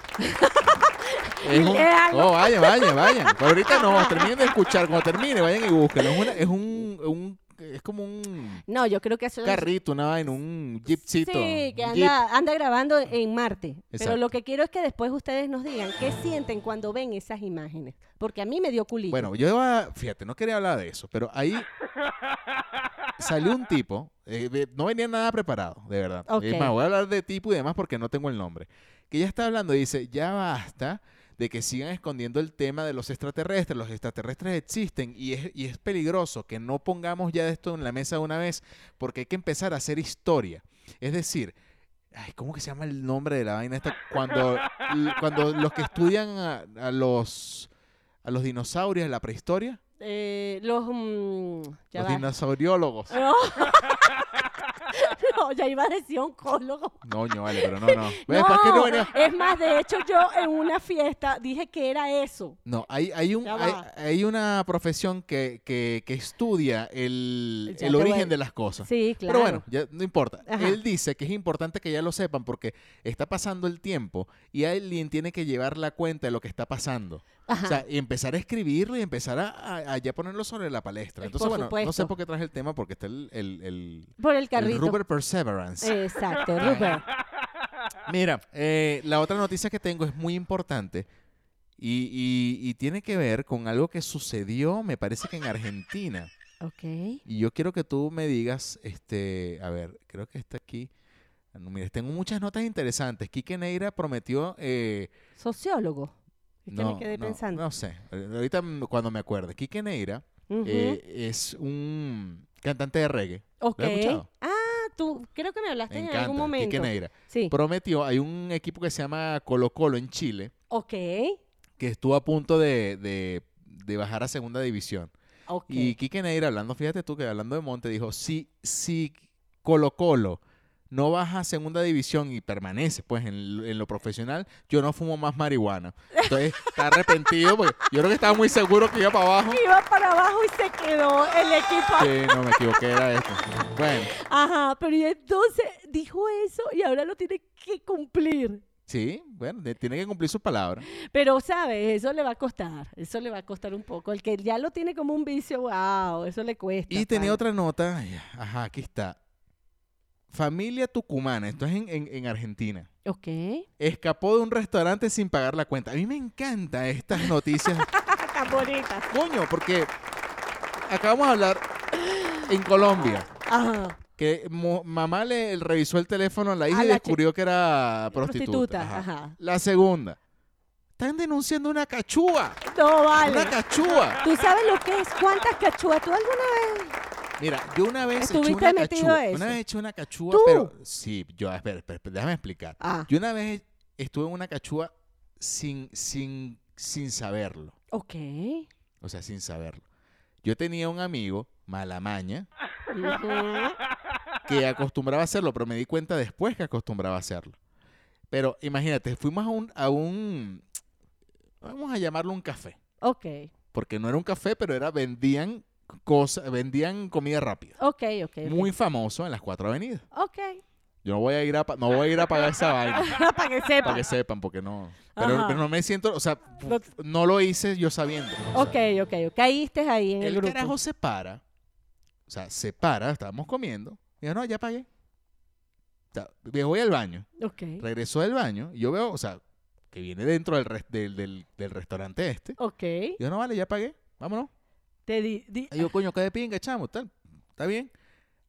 S1: Es un-
S2: Léanlo.
S1: no, vayan, vayan, vayan. Pero ahorita no, terminen de escuchar, cuando termine, vayan y búsquenlo. Es, una- es un, un- es como un
S2: No, yo creo que eso es
S1: carrito, una vaina, un jeepcito.
S2: Sí, que
S1: un
S2: anda, anda grabando en Marte.
S1: Exacto.
S2: Pero lo que quiero es que después ustedes nos digan qué sienten cuando ven esas imágenes. Porque a mí me dio culillo.
S1: Bueno, yo iba, fíjate, no quería hablar de eso, pero ahí salió un tipo, eh, ve- no venía nada preparado, de verdad.
S2: Ok.
S1: Es más, voy a hablar de tipo y demás porque no tengo el nombre. Que ya está hablando y dice, ya basta de que sigan escondiendo el tema de los extraterrestres, los extraterrestres existen y es, y es peligroso que no pongamos ya esto en la mesa de una vez porque hay que empezar a hacer historia. Es decir, ay, ¿cómo que se llama el nombre de la vaina esta? Cuando, cuando los que estudian a, a los a los dinosaurios de la prehistoria,
S2: Eh, los. mm, ya
S1: los
S2: va.
S1: dinosauriólogos.
S2: No. No, ya iba a decir oncólogo.
S1: No, ño, vale, pero no, no. ¿Ves?
S2: No,
S1: ¿Para pues, qué no venía?
S2: es más, de hecho, yo en una fiesta dije que era eso.
S1: No, hay, hay, un,
S2: Ya
S1: hay,
S2: va.
S1: hay una profesión que, que, que estudia el,
S2: Ya
S1: el
S2: te
S1: origen
S2: voy.
S1: de las cosas.
S2: Sí,
S1: Pero
S2: claro.
S1: bueno, ya no importa.
S2: Ajá.
S1: Él dice que es importante que ya lo sepan porque está pasando el tiempo y alguien tiene que llevar la cuenta de lo que está pasando.
S2: Ajá.
S1: O sea, y empezar a escribirlo y empezar a, a- a ya ponerlo sobre la palestra.
S2: Eh,
S1: Entonces,
S2: por
S1: bueno, no sé
S2: supuesto.
S1: por qué traje el tema porque está el, el, el,
S2: Por el
S1: el
S2: carrito.
S1: Rubber Perseverance.
S2: Exacto, Rupert.
S1: Mira, eh, la otra noticia que tengo es muy importante y, y- y tiene que ver con algo que sucedió, me parece que en Argentina.
S2: Ok.
S1: Y yo quiero que tú me digas, este, a ver, creo que está aquí. Ah, No, mira, tengo muchas notas interesantes. Quique Neira prometió... eh,
S2: Sociólogo. Es que
S1: no,
S2: me quedé
S1: no,
S2: pensando.
S1: no sé, ahorita mm, cuando me acuerde. Quique Neira
S2: Ujú.
S1: eh, es un cantante de reggae.
S2: ok.
S1: escuchado?
S2: Ah, tú, creo que me hablaste
S1: Me
S2: en algún
S1: encanta. Quique
S2: momento.
S1: Neira.
S2: Sí.
S1: Prometió, hay un equipo que se llama Colo Colo en Chile.
S2: Ok.
S1: que estuvo a punto de, de- de bajar a segunda división.
S2: Ok.
S1: Y Quique Neira, hablando, fíjate tú que hablando de Monte, dijo, si, si Colo Colo no baja a segunda división y permanece pues en, l- en lo profesional, yo no fumo más marihuana. Entonces está arrepentido porque yo creo que estaba muy seguro que iba para abajo.
S2: Iba para abajo y se quedó el equipo.
S1: Sí, no me equivoqué, era esto. Bueno,
S2: Ajá, pero y entonces dijo eso y ahora lo tiene que cumplir.
S1: sí, bueno, de- tiene que cumplir su palabra.
S2: Pero, ¿sabes? Eso le va a costar. Eso le va a costar un poco. El que ya lo tiene como un vicio, wow, eso le cuesta.
S1: Y tenía
S2: pana.
S1: otra nota, ay, ajá, aquí está. Familia tucumana, esto es en- en- en Argentina.
S2: Ok.
S1: escapó de un restaurante sin pagar la cuenta. A mí me encantan estas noticias.
S2: Tan bonita.
S1: Coño, porque acabamos de hablar en Colombia.
S2: Ajá.
S1: Que mo- mamá le revisó el teléfono a la hija
S2: A
S1: y
S2: la
S1: descubrió que era prostituta.
S2: Prostituta,
S1: Ajá.
S2: ajá.
S1: La segunda. Están denunciando una cachúa.
S2: No vale.
S1: Una cachúa.
S2: ¿Tú sabes lo que es? ¿Cuántas cachúas? ¿Tú alguna vez?
S1: Mira, yo una vez eché
S2: ¿Estuviste
S1: una
S2: metido
S1: cachúa.
S2: a eso?
S1: Una vez eché una cachúa,
S2: ¿Tú?
S1: pero. Sí, yo, a ver, espera, espera, déjame explicar.
S2: Ah,
S1: Yo una vez estuve en una cachúa sin, sin, sin saberlo.
S2: ok.
S1: O sea, sin saberlo. Yo tenía un amigo, Malamaña,
S2: Ujú.
S1: que acostumbraba a hacerlo, pero me di cuenta después que acostumbraba a hacerlo. Pero imagínate, fuimos a un, a un vamos a llamarlo un café,
S2: Ok,
S1: porque no era un café, pero era, vendían cosas, vendían comida rápida.
S2: ok, ok.
S1: Muy famoso en las cuatro avenidas.
S2: Ok.
S1: Yo no voy a ir a, pa- no voy a, ir a pagar esa vaina,
S2: Para que sepa.
S1: para que sepan, porque no. Pero,
S2: Ajá.
S1: pero no me siento, o sea,
S2: No-
S1: no lo hice yo sabiendo. O sea,
S2: Ok, ok. Caíste ahí en el,
S1: el
S2: grupo.
S1: carajo se para. O sea, se para, estábamos comiendo. Y yo, no, ya pagué. O sea, me voy al baño.
S2: Ok.
S1: Regresó del baño. Y yo veo, o sea, que viene dentro del, res- del, del- del restaurante este.
S2: Ok.
S1: Y yo, no, vale, ya pagué. Vámonos.
S2: Te di, di-
S1: Y yo, coño, qué de pinga, chamo. Tal. Está bien.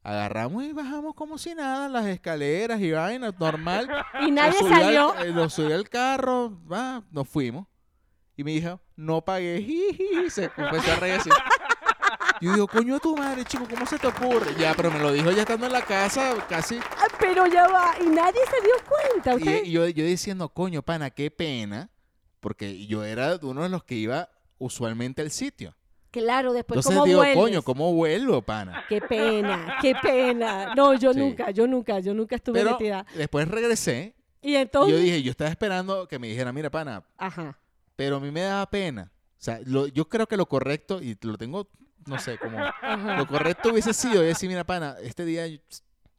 S1: Agarramos y bajamos como si nada las escaleras y vainas, normal.
S2: Y nadie
S1: Lo subí al-
S2: salió.
S1: eh, lo subí al carro, va, nos fuimos. Y me dijo, no pagué. ji, ji, y Se empezó a reír así. Yo digo, coño a tu madre, chico, ¿cómo se te ocurre? Ya, pero me lo dijo ya estando en la casa, casi.
S2: Ah, pero ya va. Y nadie se dio cuenta.
S1: Y, e,
S2: Ustedes-
S1: y yo, yo diciendo, coño, pana, qué pena. Porque yo era uno de los que iba usualmente al sitio.
S2: Claro, después
S1: Entonces
S2: Pues, cómo
S1: digo,
S2: vuelves?
S1: coño, ¿cómo vuelvo, pana?
S2: Qué pena, qué pena. No, yo
S1: Sí.
S2: nunca, yo nunca, yo nunca estuve
S1: Pero
S2: metida.
S1: después regresé
S2: Y
S1: y
S2: entonces,
S1: yo dije, yo estaba esperando que me dijera, mira, pana,
S2: ajá.
S1: pero a mí me daba pena. O sea, lo- yo creo que lo correcto, y lo tengo, no sé, como...
S2: Ajá.
S1: Lo correcto hubiese sido es decir, mira, pana, este día yo,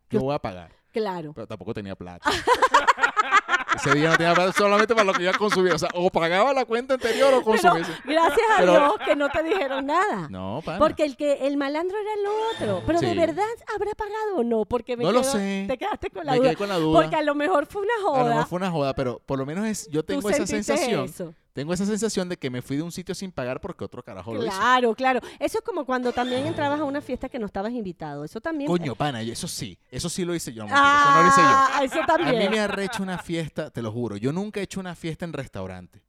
S1: yo voy a pagar.
S2: Claro.
S1: Pero tampoco tenía plata. Ese día no tenía plata solamente para lo que yo consumía. O sea, o pagaba la cuenta anterior o
S2: Pero
S1: consumía. ese-
S2: gracias a
S1: Pero-
S2: Dios que no te dijeron nada.
S1: No, pana.
S2: Porque el que el malandro era el otro. Pero de
S1: Sí.
S2: verdad habrá pagado o no, porque me
S1: No lo
S2: quedo-
S1: sé.
S2: Te quedaste con la
S1: me
S2: duda.
S1: quedé con la duda.
S2: Porque a lo mejor fue una
S1: A lo
S2: joda.
S1: mejor fue una joda, pero por lo menos es, yo
S2: Tú
S1: tengo esa
S2: sentiste
S1: sensación.
S2: eso.
S1: Tengo esa sensación de que me fui de un sitio sin pagar porque otro carajo lo hizo.
S2: Claro, claro. Eso es como cuando también entrabas a una fiesta que no estabas invitado. Eso también.
S1: Coño, pana, yo- eso sí. Eso sí lo hice yo. no, mentira, eso no lo hice yo.
S2: Ah, eso
S1: A mí
S2: también.
S1: me ha hecho una fiesta, te lo juro. Yo nunca he hecho una fiesta en restaurante.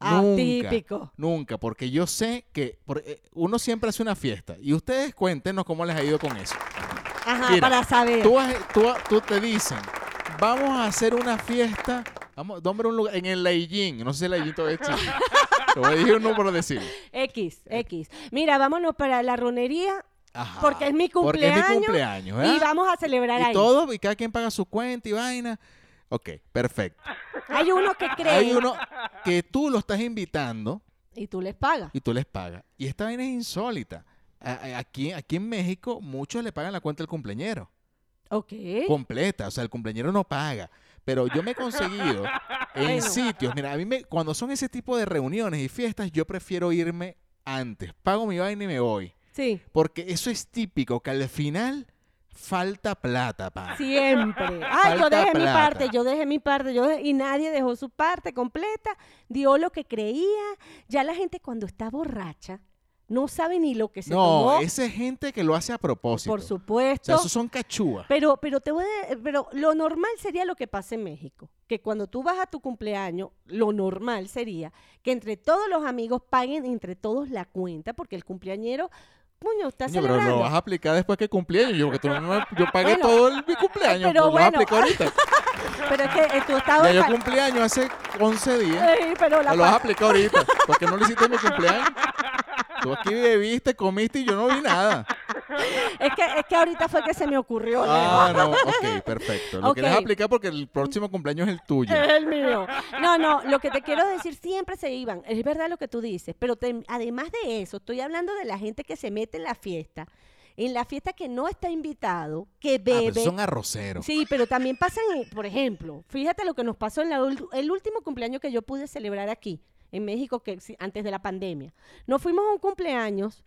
S2: Ah,
S1: nunca,
S2: típico.
S1: Nunca, porque yo sé que por- eh, uno siempre hace una fiesta. Y ustedes cuéntenos cómo les ha ido con eso.
S2: Ajá,
S1: Mira,
S2: para saber.
S1: Tú, has- tú, tú te dicen, vamos a hacer una fiesta. Vamos, dame un lugar en el Leillín. No sé si el Leillín todavía existe. Te voy a decir un número decir.
S2: X, X. Mira, vámonos para la ronería
S1: Ajá.
S2: Porque es mi
S1: Ah, Porque es mi
S2: cumpleaños
S1: cumpleaños,
S2: y
S1: ¿verdad?
S2: vamos a celebrar ahí.
S1: Y todo, y cada quien paga su cuenta y vaina. Ok, perfecto.
S2: Hay uno que cree
S1: Hay uno que tú lo estás invitando.
S2: y tú les pagas.
S1: y tú les pagas. Y esta vaina es insólita. A- a- Aquí, aquí en México, muchos le pagan la cuenta al cumpleañero.
S2: Ok.
S1: Completa. O sea, el cumpleañero no paga. Pero yo me he conseguido en
S2: Bueno.
S1: sitios. Mira, a mí me, cuando son ese tipo de reuniones y fiestas, yo prefiero irme antes. Pago mi vaina y me voy.
S2: Sí.
S1: Porque eso es típico, que al final falta plata, pana.
S2: Siempre. Ah, yo
S1: Falta
S2: dejé mi
S1: plata.
S2: parte, yo dejé mi parte, yo dejé- y nadie dejó su parte completa, dio lo que creía. Ya la gente cuando está borracha no sabe ni lo que se
S1: No,
S2: tomó.
S1: esa es gente que lo hace a propósito.
S2: por
S1: O
S2: supuesto.
S1: sea, esos son cachúas.
S2: Pero, pero te voy a- pero lo normal sería lo que pasa en México, que cuando tú vas a tu cumpleaños, lo normal sería que entre todos los amigos paguen entre todos la cuenta, porque el cumpleañero, coño, está
S1: Coño, pero
S2: celebrando.
S1: lo vas a aplicar después que cumpleaños. Yo, porque tú no me- yo pagué
S2: Bueno,
S1: todo el, mi cumpleaños.
S2: pero
S1: lo vas a
S2: bueno.
S1: aplicar ahorita.
S2: Pero es que eh, tú estabas
S1: Ya yo
S2: pa-
S1: cumpleaños hace 11 días.
S2: Ey, pero la
S1: Me lo vas a
S2: pa-
S1: aplicar ahorita. Porque no lo hiciste en mi cumpleaños. Tú aquí bebiste, comiste y yo no vi nada.
S2: es, que, es que ahorita fue que se me ocurrió. Leo.
S1: Ah, no, ok, perfecto. Lo
S2: Ok. Eh,
S1: quieres aplicar porque el próximo cumpleaños es el tuyo. Ah,
S2: Es el mío. No, no, lo que te quiero decir, siempre se iban. Es verdad lo que tú dices, pero te- además de eso, estoy hablando de la gente que se mete en la fiesta, en la fiesta que no está invitado, que
S1: Ah, pero
S2: bebe.
S1: son arroceros.
S2: Sí, pero también pasan, eh, por ejemplo, fíjate lo que nos pasó en la ul- el último cumpleaños que yo pude celebrar aquí, en México, que sí, antes de la pandemia. Nos fuimos a un cumpleaños,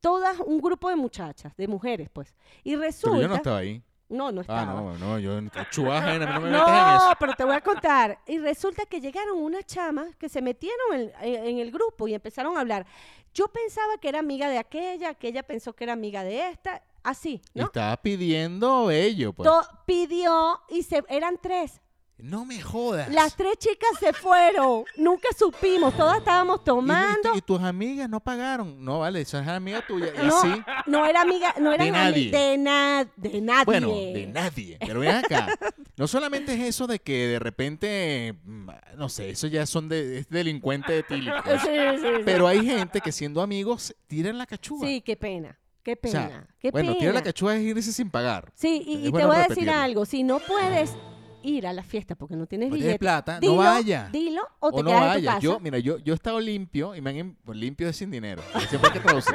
S2: todas un grupo de muchachas, de mujeres, pues. Y resulta.
S1: Pero yo no estaba ahí.
S2: No, no estaba.
S1: Ah, no, no, yo chuva ajena, no me
S2: No,
S1: metas en eso.
S2: pero te voy a contar. Y resulta que llegaron unas chamas que se metieron en, eh, en el grupo y empezaron a hablar. Yo pensaba que era amiga de aquella, aquella pensó que era amiga de esta, así,
S1: Y
S2: ¿no?
S1: Estaba pidiendo ello, pues.
S2: To- pidió y se eran tres.
S1: No me jodas.
S2: Las tres chicas se fueron. Nunca supimos. Todas
S1: Y
S2: estábamos
S1: no- y tu-
S2: tomando.
S1: Y, tus amigas no pagaron. No, vale, esa es amiga tuya. Y
S2: No,
S1: así.
S2: no era amiga, no eran ami-
S1: nadie.
S2: de, na- de nadie.
S1: Bueno, de nadie. Pero ven acá. No solamente es eso de que de repente, mm, no sé, eso ya son de, es delincuente etílico.
S2: Sí, sí, sí.
S1: Pero hay gente que siendo amigos tiran la cachuga.
S2: Sí, qué pena. Qué
S1: O
S2: pena.
S1: sea,
S2: qué
S1: bueno,
S2: pena.
S1: tirar la cachuga es irse sin pagar.
S2: Sí, y,
S1: Es
S2: y te
S1: bueno
S2: voy a decir
S1: repetirlo.
S2: algo. Si no puedes ir a la fiesta porque no tienes
S1: No tienes
S2: billete,
S1: plata, no
S2: dilo-
S1: vaya.
S2: Dilo o te
S1: no
S2: quedas en tu
S1: vayas.
S2: casa.
S1: Yo, mira, yo, yo he estado limpio y me han em- limpio es sin dinero. porque Siempre hay que traducir.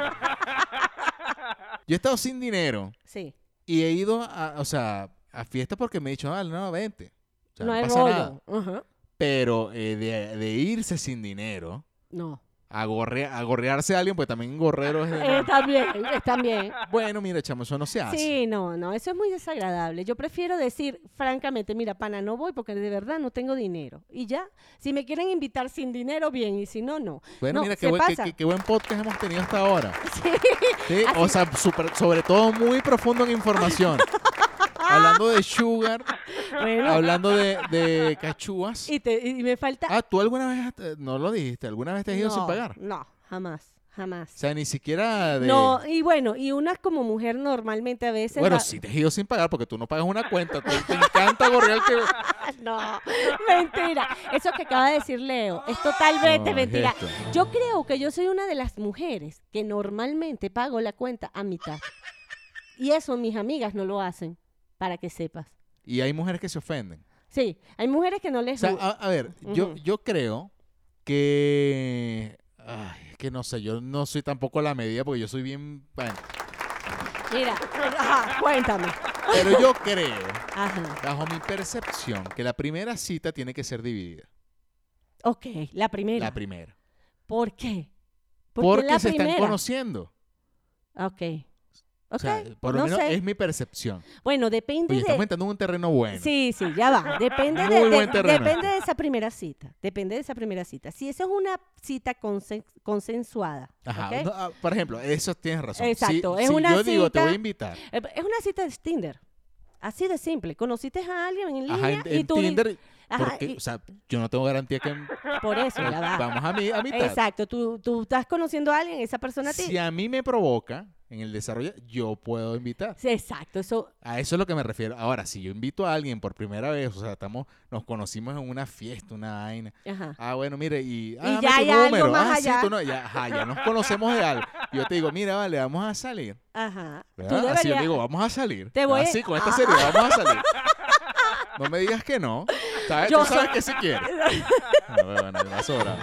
S1: Yo he estado sin dinero
S2: Sí.
S1: y he ido a, o sea, a fiestas porque me he dicho, ah, no, vente. O sea,
S2: no
S1: no,
S2: hay
S1: pasa
S2: rollo.
S1: nada.
S2: Ajá.
S1: Pero eh, de, de irse sin dinero,
S2: No. Eh,
S1: a, gorre- a gorrearse a alguien, pues también gorrero es. de-
S2: Está bien, está bien.
S1: Bueno, mira, chamo, eso no se hace.
S2: Sí, no, no, eso es muy desagradable. Yo prefiero decir, francamente, mira, pana, no voy porque de verdad no tengo dinero. Y ya, si me quieren invitar sin dinero, bien, y si no, no.
S1: Bueno,
S2: No,
S1: mira,
S2: se
S1: qué buen, qué-
S2: pasa.
S1: qué- qué buen podcast hemos tenido hasta ahora.
S2: Sí.
S1: Sí, o sea, super- sobre todo muy profundo en información. hablando de sugar,
S2: Bueno,
S1: hablando de, de cachúas.
S2: y, te- y me falta...
S1: Ah, ¿tú alguna vez, has- no lo dijiste, alguna vez te has ido sin
S2: No,
S1: pagar? O
S2: No, jamás, jamás.
S1: sea, ni siquiera de...
S2: No, y bueno, y una como mujer normalmente a veces...
S1: bueno,
S2: va-
S1: sí te has ido sin pagar porque tú no pagas una cuenta. Te, te encanta gorrear que...
S2: Ah, No, mentira. Eso que acaba de decir Leo es totalmente
S1: No,
S2: mentira.
S1: es esto.
S2: Yo creo que yo soy una de las mujeres que normalmente pago la cuenta a mitad. Y eso mis amigas no lo hacen, para que sepas.
S1: Y hay mujeres que se ofenden.
S2: Sí, hay mujeres que no
S1: O
S2: les
S1: sea,
S2: gusta.
S1: a, a ver, yo,
S2: Ujú.
S1: yo creo que... Ay, es que no sé, yo no soy tampoco a la medida porque yo soy bien... bueno, ah.
S2: Mira, ajá, cuéntame.
S1: pero yo creo,
S2: Ajá.
S1: bajo mi percepción, que la primera cita tiene que ser dividida.
S2: Ok, la primera.
S1: La primera.
S2: ¿Por qué? ¿Por qué
S1: Porque
S2: la
S1: se
S2: primera?
S1: están conociendo.
S2: Ok.
S1: O sea,
S2: Ok,
S1: por lo
S2: no
S1: menos
S2: sé.
S1: es mi percepción.
S2: Bueno, depende
S1: Oye,
S2: de...
S1: estamos entrando en un terreno bueno.
S2: Sí, sí, ya va. Depende
S1: Muy
S2: de, de-
S1: buen terreno.
S2: depende de esa primera cita. Depende de esa primera cita. Si eso es una cita consen- consensuada.
S1: Ajá.
S2: ¿ok?
S1: no, ah, por ejemplo, eso tienes razón. Si-
S2: Exacto, es
S1: si
S2: una
S1: yo digo, te
S2: cita-
S1: voy a invitar.
S2: Eh, Es una cita de Tinder. Así de simple. Conociste a alguien en línea
S1: Ajá, en,
S2: y
S1: en
S2: tú di-
S1: Tinder.
S2: Ajá,
S1: porque,
S2: y-
S1: o sea, yo no tengo garantía que
S2: por eso, ya va.
S1: vamos a, mi, a mitad.
S2: Exacto, tú, tú estás conociendo a alguien, esa persona a ti.
S1: Si a mí me provoca en el desarrollo, yo puedo invitar.
S2: Sí, Exacto, eso.
S1: A eso es lo que me refiero. Ahora, si yo invito a alguien por primera vez, o sea, estamos, nos conocimos en una fiesta, una vaina.
S2: Ajá.
S1: Ah, bueno, mire, y, ah,
S2: Y
S1: dame
S2: ya
S1: tu
S2: hay algo
S1: número.
S2: más
S1: ah, sí,
S2: allá.
S1: tú no- ya, ajá, ya nos conocemos de algo. Yo te digo, mira, vale, vamos a salir.
S2: Ajá. Tú
S1: ¿verdad? Así yo
S2: deberías-
S1: le digo, vamos a salir.
S2: Te voy-
S1: Así, con esta serie, vamos a salir. No me digas que no. ¿Sabes?
S2: Yo
S1: Tú sabes
S2: soy-
S1: que se quiere. No, bueno, me va a sobrar.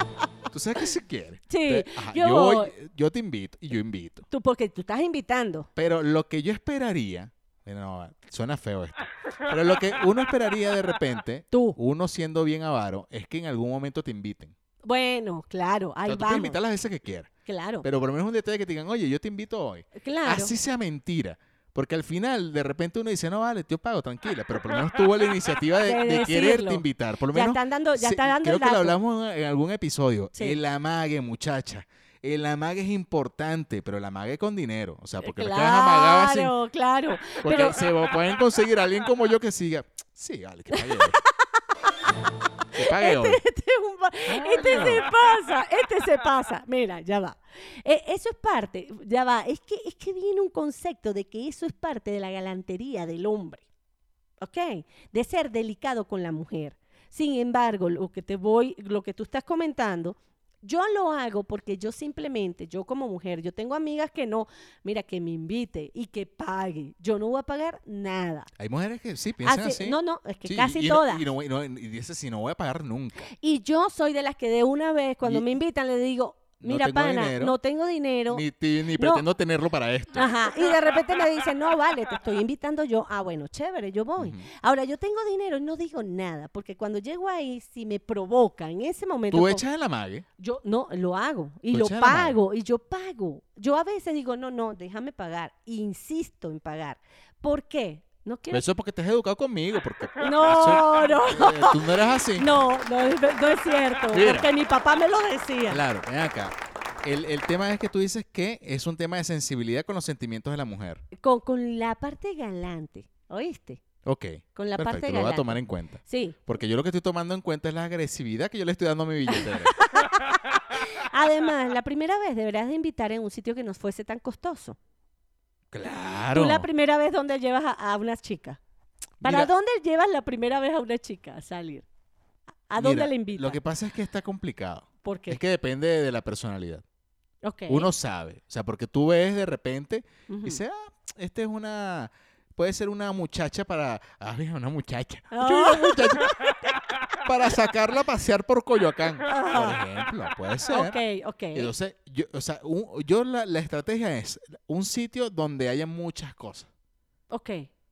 S1: Tú sabes que se quiere.
S2: Sí,
S1: Entonces, ajá,
S2: yo
S1: yo, voy,
S2: voy.
S1: yo te invito y yo invito.
S2: Tú, porque tú estás invitando.
S1: Pero lo que yo esperaría. eh, No, suena feo esto. Pero lo que uno esperaría de repente,
S2: Tú.
S1: uno siendo bien avaro, es que en algún momento te inviten.
S2: Bueno, claro,
S1: O sea,
S2: ahí
S1: tú puedes
S2: vamos.
S1: invitar las veces que quieras.
S2: Claro,
S1: Pero por lo menos un detalle que te digan, oye, yo te invito hoy.
S2: claro.
S1: Así sea mentira. Porque al final, de repente uno dice, no vale, yo pago, tranquila. Pero por lo menos tuvo la iniciativa de,
S2: De
S1: de
S2: decirlo.
S1: quererte invitar. Por lo
S2: Ya
S1: menos.
S2: están dando- ya
S1: se-
S2: está dando
S1: Creo
S2: el
S1: que lo
S2: dato.
S1: hablamos en algún episodio.
S2: Sí.
S1: El amague, muchacha. El amague es importante, pero el amague con dinero. O sea, porque las cajas amagadas sin-
S2: Eh, Claro, claro.
S1: Porque
S2: Pero,
S1: se va- pueden conseguir a alguien como yo que siga. Sí, vale, que pague hoy. que pague hoy.
S2: Este, es un va- este se pasa, este se pasa. Mira, ya va. Eh, eso es parte, ya va. Es que, es que viene un concepto de que eso es parte de la galantería del hombre. ¿Ok? De ser delicado con la mujer. Sin embargo, lo que te voy, lo que tú estás comentando Yo lo hago porque yo simplemente, yo como mujer, yo tengo amigas que no, mira, que me invite y que pague. Yo no voy a pagar nada.
S1: Hay mujeres que sí piensan
S2: Así-
S1: así.
S2: No, no, es que
S1: Sí,
S2: casi
S1: y- y no-
S2: todas.
S1: Y, no, y, no, y dice, si no voy a pagar nunca.
S2: Y yo soy de las que de una vez, cuando
S1: Y-
S2: me invitan, le digo,
S1: No
S2: mira,
S1: tengo
S2: pana,
S1: dinero.
S2: no tengo dinero.
S1: ni, ti- ni
S2: no.
S1: pretendo tenerlo para esto.
S2: Ajá. Y de repente me dicen, no, vale, te estoy invitando yo. Ah, bueno, chévere, yo voy. Ahora, yo tengo dinero y no digo nada, porque cuando llego ahí, si me provoca en ese momento.
S1: Tú
S2: como-
S1: echas el amague.
S2: Yo no, lo hago y
S1: Tú
S2: lo
S1: echas la mano.
S2: pago y yo pago. Yo a veces digo, no, no, déjame pagar. Insisto en pagar. ¿Por qué? No
S1: Pero
S2: quiero.
S1: eso es porque te has educado conmigo. Porque
S2: No, no,
S1: eso- eh, tú no eres así.
S2: no, no, es- no es cierto.
S1: Mira.
S2: Porque mi papá me lo decía.
S1: Claro, ven acá. El, el tema es que tú dices que es un tema de sensibilidad con los sentimientos de la mujer.
S2: Con, con la parte galante, ¿oíste?
S1: Ok.
S2: Con la
S1: perfecto,
S2: parte
S1: lo voy a
S2: galante.
S1: tomar en cuenta.
S2: Sí.
S1: Porque yo lo que estoy tomando en cuenta es la agresividad que yo le estoy dando a mi billetera.
S2: Además, la primera vez deberás de invitar en un sitio que no fuese tan costoso.
S1: claro.
S2: Tú la primera vez donde llevas a, a una chica. ¿Para
S1: Mira,
S2: dónde llevas la primera vez a una chica a salir? ¿A a dónde
S1: mira,
S2: la invitas?
S1: Lo que pasa es que está complicado.
S2: ¿Por qué?
S1: Es que depende de la personalidad.
S2: Ok.
S1: Uno sabe. O sea, porque tú ves de repente y
S2: Ujú.
S1: dices, ah, esta es una. Puede ser una muchacha para. Ah, mira, una muchacha.
S2: Ah.
S1: Una muchacha. para sacarla a pasear por Coyoacán. Por
S2: Ajá.
S1: ejemplo, puede ser.
S2: Ok, ok.
S1: Entonces, yo, o sea, un- yo la, la estrategia es un sitio donde haya muchas cosas.
S2: Ok.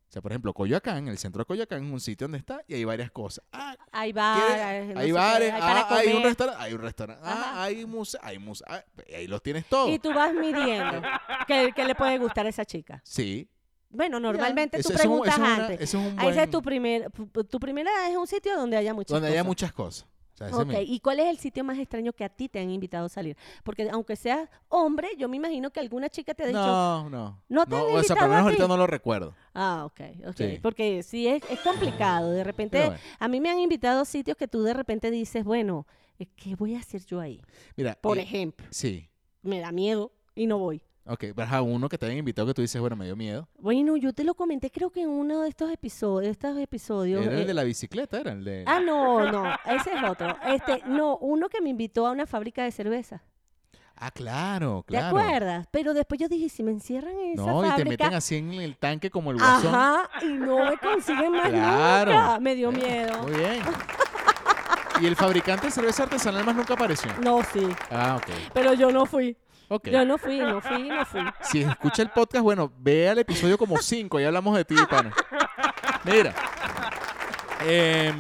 S1: O sea, por ejemplo, Coyoacán, el centro de Coyoacán es un sitio donde está y hay varias cosas. Ah,
S2: Hay
S1: ¿Quieres?
S2: bares. no sé
S1: hay
S2: qué,
S1: bares,
S2: hay
S1: ah,
S2: para
S1: hay un
S2: comer.
S1: restaurante, hay un restaurante, ah,
S2: Ajá.
S1: hay museo, hay museo, ah, ahí los tienes todos.
S2: Y tú vas midiendo qué, qué le puede gustar a esa chica.
S1: Sí.
S2: Bueno, normalmente
S1: Eso-
S2: tú
S1: eso es un-
S2: preguntas
S1: eso es una-
S2: antes.
S1: eso es un
S2: Ah, Esa es
S1: buen-
S2: tu, primer, pu- tu primera es un sitio donde haya muchas
S1: donde haya
S2: cosas.
S1: muchas cosas. O sea, ese
S2: Ok,
S1: me-
S2: ¿y cuál es el sitio más extraño que a ti te han invitado a salir? Porque aunque seas hombre, yo me imagino que alguna chica te ha dicho,
S1: no, no.
S2: ¿No te han
S1: o sea, por
S2: invitado
S1: lo menos
S2: a
S1: ahorita
S2: ti?
S1: no lo recuerdo.
S2: Ah, ok, ok.
S1: Sí.
S2: Porque sí, es, es complicado. De repente,
S1: Pero bueno.
S2: a mí me han invitado a sitios que tú de repente dices, bueno, eh, ¿qué voy a hacer yo ahí?
S1: Mira.
S2: Por
S1: y-
S2: ejemplo,
S1: Sí.
S2: me da miedo y no voy.
S1: Ok, pero ajá, uno que te hayan invitado que tú dices, bueno, me dio miedo.
S2: Bueno, yo te lo comenté creo que en uno de estos episodios, estos episodios.
S1: Era
S2: eh,
S1: el de la bicicleta, era el de...
S2: Ah, no, no, ese es otro. Este, no, uno que me invitó a una fábrica de cerveza.
S1: Ah, claro,
S2: ¿Te
S1: claro.
S2: acuerdas? Pero después yo dije, si me encierran en esa
S1: No, y
S2: fábrica,
S1: te meten así en el tanque como el guasón.
S2: Ajá, y no me consiguen más
S1: Claro.
S2: nunca. Me dio
S1: Eh,
S2: miedo.
S1: Muy bien. Y el fabricante de cerveza artesanal más nunca apareció.
S2: No, sí,
S1: Ah, ok.
S2: pero yo no fui.
S1: Ok.
S2: Yo no fui, no fui, no fui.
S1: Si escucha el podcast, bueno, vea el episodio como 5, ya hablamos de ti, pana. Mira. em,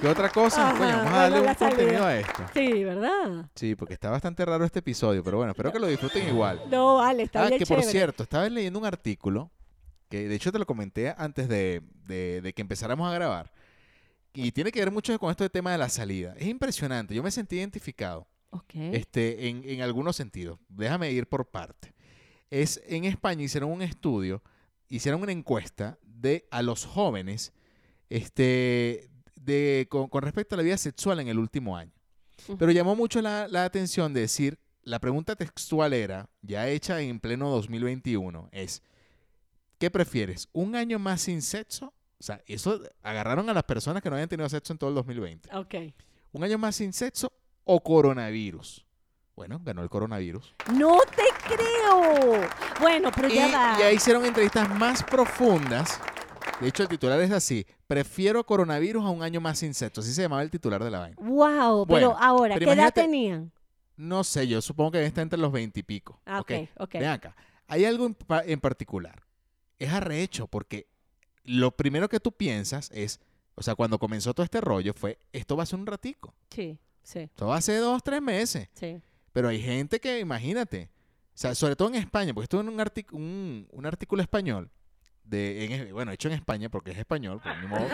S1: ¿Qué otra cosa?
S2: Ajá,
S1: Coño, vamos a
S2: bueno,
S1: darle
S2: la
S1: un contenido
S2: salida.
S1: a esto.
S2: Sí, ¿verdad?
S1: Sí, porque está bastante raro este episodio, pero bueno, espero que lo disfruten igual.
S2: No, vale, está
S1: ah,
S2: bien
S1: que
S2: chévere.
S1: por cierto, estaba leyendo un artículo que de hecho te lo comenté antes de, de- de que empezáramos a grabar. Y tiene que ver mucho con esto del tema de la salida. Es impresionante, yo me sentí identificado
S2: Ok.
S1: este, en, en algunos sentidos. Déjame ir por parte. Es en España hicieron un estudio, hicieron una encuesta de a los jóvenes este, de, con, con respecto a la vida sexual en el último año. Pero llamó mucho la, la atención de decir, la pregunta textual era, ya hecha en pleno 2021, es, ¿qué prefieres? ¿Un año más sin sexo? O sea, eso agarraron a las personas que no habían tenido sexo en todo el 2020
S2: Ok.
S1: un año más sin sexo o coronavirus. Bueno, ganó el coronavirus.
S2: No te creo. Bueno, pero
S1: Y
S2: Pues ya va.
S1: ya hicieron entrevistas más profundas. De hecho, el titular es así. Prefiero coronavirus a un año más sin sexo. Así se llamaba el titular de la vaina.
S2: Wow, pero
S1: Bueno,
S2: ahora,
S1: pero
S2: ¿qué edad
S1: imagínate-
S2: tenían?
S1: No sé, yo supongo que está entre los 20 y pico.
S2: Ah, ok, ok.
S1: Ven acá. Hay algo en, pa- en particular. Es arrecho porque lo primero que tú piensas es, o sea, cuando comenzó todo este rollo fue, esto va a ser un ratico.
S2: Sí, sí,
S1: Esto va a ser dos, tres meses.
S2: sí.
S1: Pero hay gente que, imagínate, o sea, sobre todo en España, porque esto es un, artic- un, un artículo español, de, en- bueno, hecho en España porque es español, por mi modo,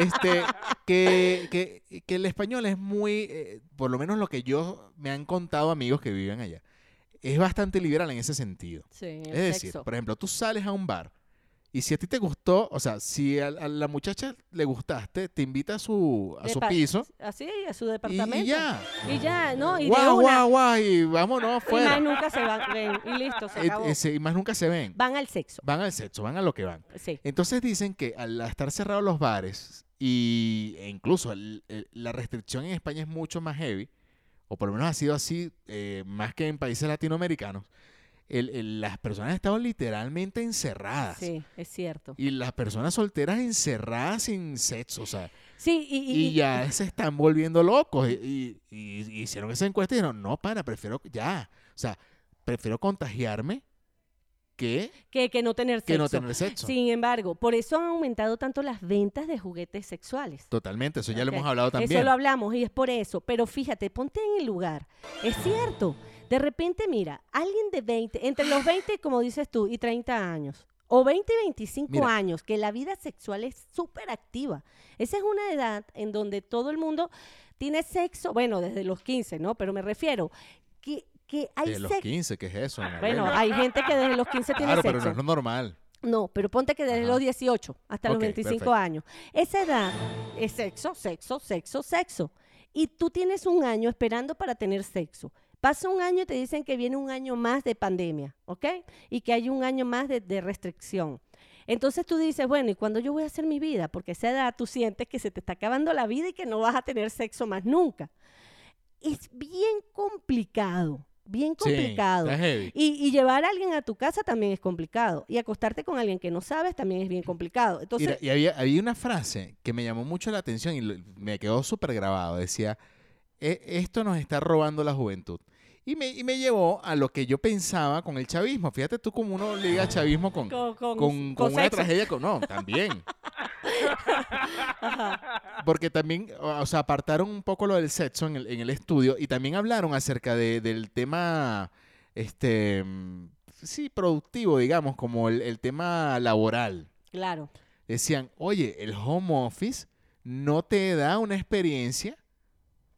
S1: este, que, que- que el español es muy, eh, por lo menos lo que yo me han contado amigos que viven allá, es bastante liberal en ese sentido.
S2: Sí, el
S1: Es decir,
S2: sexo.
S1: por ejemplo, tú sales a un bar y si a ti te gustó, o sea, si a, a la muchacha le gustaste, te invita a su, a
S2: De
S1: su
S2: pa-
S1: piso
S2: Así, a su
S1: y-
S2: departamento.
S1: y ya.
S2: Y ya, ¿no? Y de
S1: Guau,
S2: una. Ah,
S1: guau, guau, y vámonos
S2: y
S1: fuera.
S2: más nunca se van. ven, y listo, se
S1: Eh,
S2: acabó.
S1: eh, se- y más nunca se ven.
S2: Van al sexo.
S1: Van al sexo, van a lo que van.
S2: Sí.
S1: Entonces dicen que al estar cerrados los bares y, e incluso el- el- la restricción en España es mucho más heavy, o por lo menos ha sido así eh, más que en países latinoamericanos, el- el- las personas han estado literalmente encerradas.
S2: Sí, es cierto.
S1: Y las personas solteras encerradas sin sexo, o sea,
S2: Sí, y, y-
S1: y,
S2: y-
S1: ya se están volviendo locos. Y, y- y- y hicieron esa encuesta y dijeron, no, para, prefiero ya. O sea, prefiero contagiarme que,
S2: que, que no tener
S1: que
S2: sexo.
S1: no tener sexo.
S2: Sin embargo, por eso han aumentado tanto las ventas de juguetes sexuales.
S1: Totalmente, eso ya lo
S2: Ok.
S1: hemos hablado también.
S2: Eso lo hablamos y es por eso. Pero fíjate, ponte en el lugar. Es cierto. De repente, mira, alguien de 20, entre los 20, como dices tú, y 30 años, o 20 y 25
S1: Mira.
S2: años, que la vida sexual es súper activa. Esa es una edad en donde todo el mundo tiene sexo, bueno, desde los 15, ¿no? Pero me refiero que, que hay
S1: de los
S2: sexo.
S1: 15, ¿qué es eso? Ana
S2: Ah, Bueno,
S1: Belén?
S2: hay gente que desde los 15 tiene
S1: claro,
S2: sexo.
S1: pero no es lo normal.
S2: No, pero ponte que desde
S1: Ajá.
S2: los 18 hasta los
S1: Ok,
S2: 25
S1: perfecto.
S2: años. Esa edad es sexo, sexo, sexo, sexo. Y tú tienes un año esperando para tener sexo. Pasa un año y te dicen que viene un año más de pandemia, ¿ok? Y que hay un año más de, de restricción. Entonces tú dices, bueno, ¿y cuándo yo voy a hacer mi vida? Porque a esa edad tú sientes que se te está acabando la vida y que no vas a tener sexo más nunca. Es bien complicado, bien
S1: Sí,
S2: complicado.
S1: está heavy.
S2: Y, y llevar a alguien a tu casa también es complicado. Y acostarte con alguien que no sabes también es bien complicado. Entonces,
S1: Mira, y había, había una frase que me llamó mucho la atención y lo- me quedó súper grabado. Decía, "E- esto nos está robando la juventud. Y me, y me llevó a lo que yo pensaba con el chavismo. Fíjate tú como uno liga chavismo con,
S2: Con-
S1: con,
S2: con- con
S1: con una
S2: sexo.
S1: tragedia. Con, no, también. Porque también, o o sea, apartaron un poco lo del sexo en el, en el estudio y también hablaron acerca de- del tema, este, mm, sí, productivo, digamos, como el- el tema laboral
S2: claro.
S1: decían, oye, el home office no te da una experiencia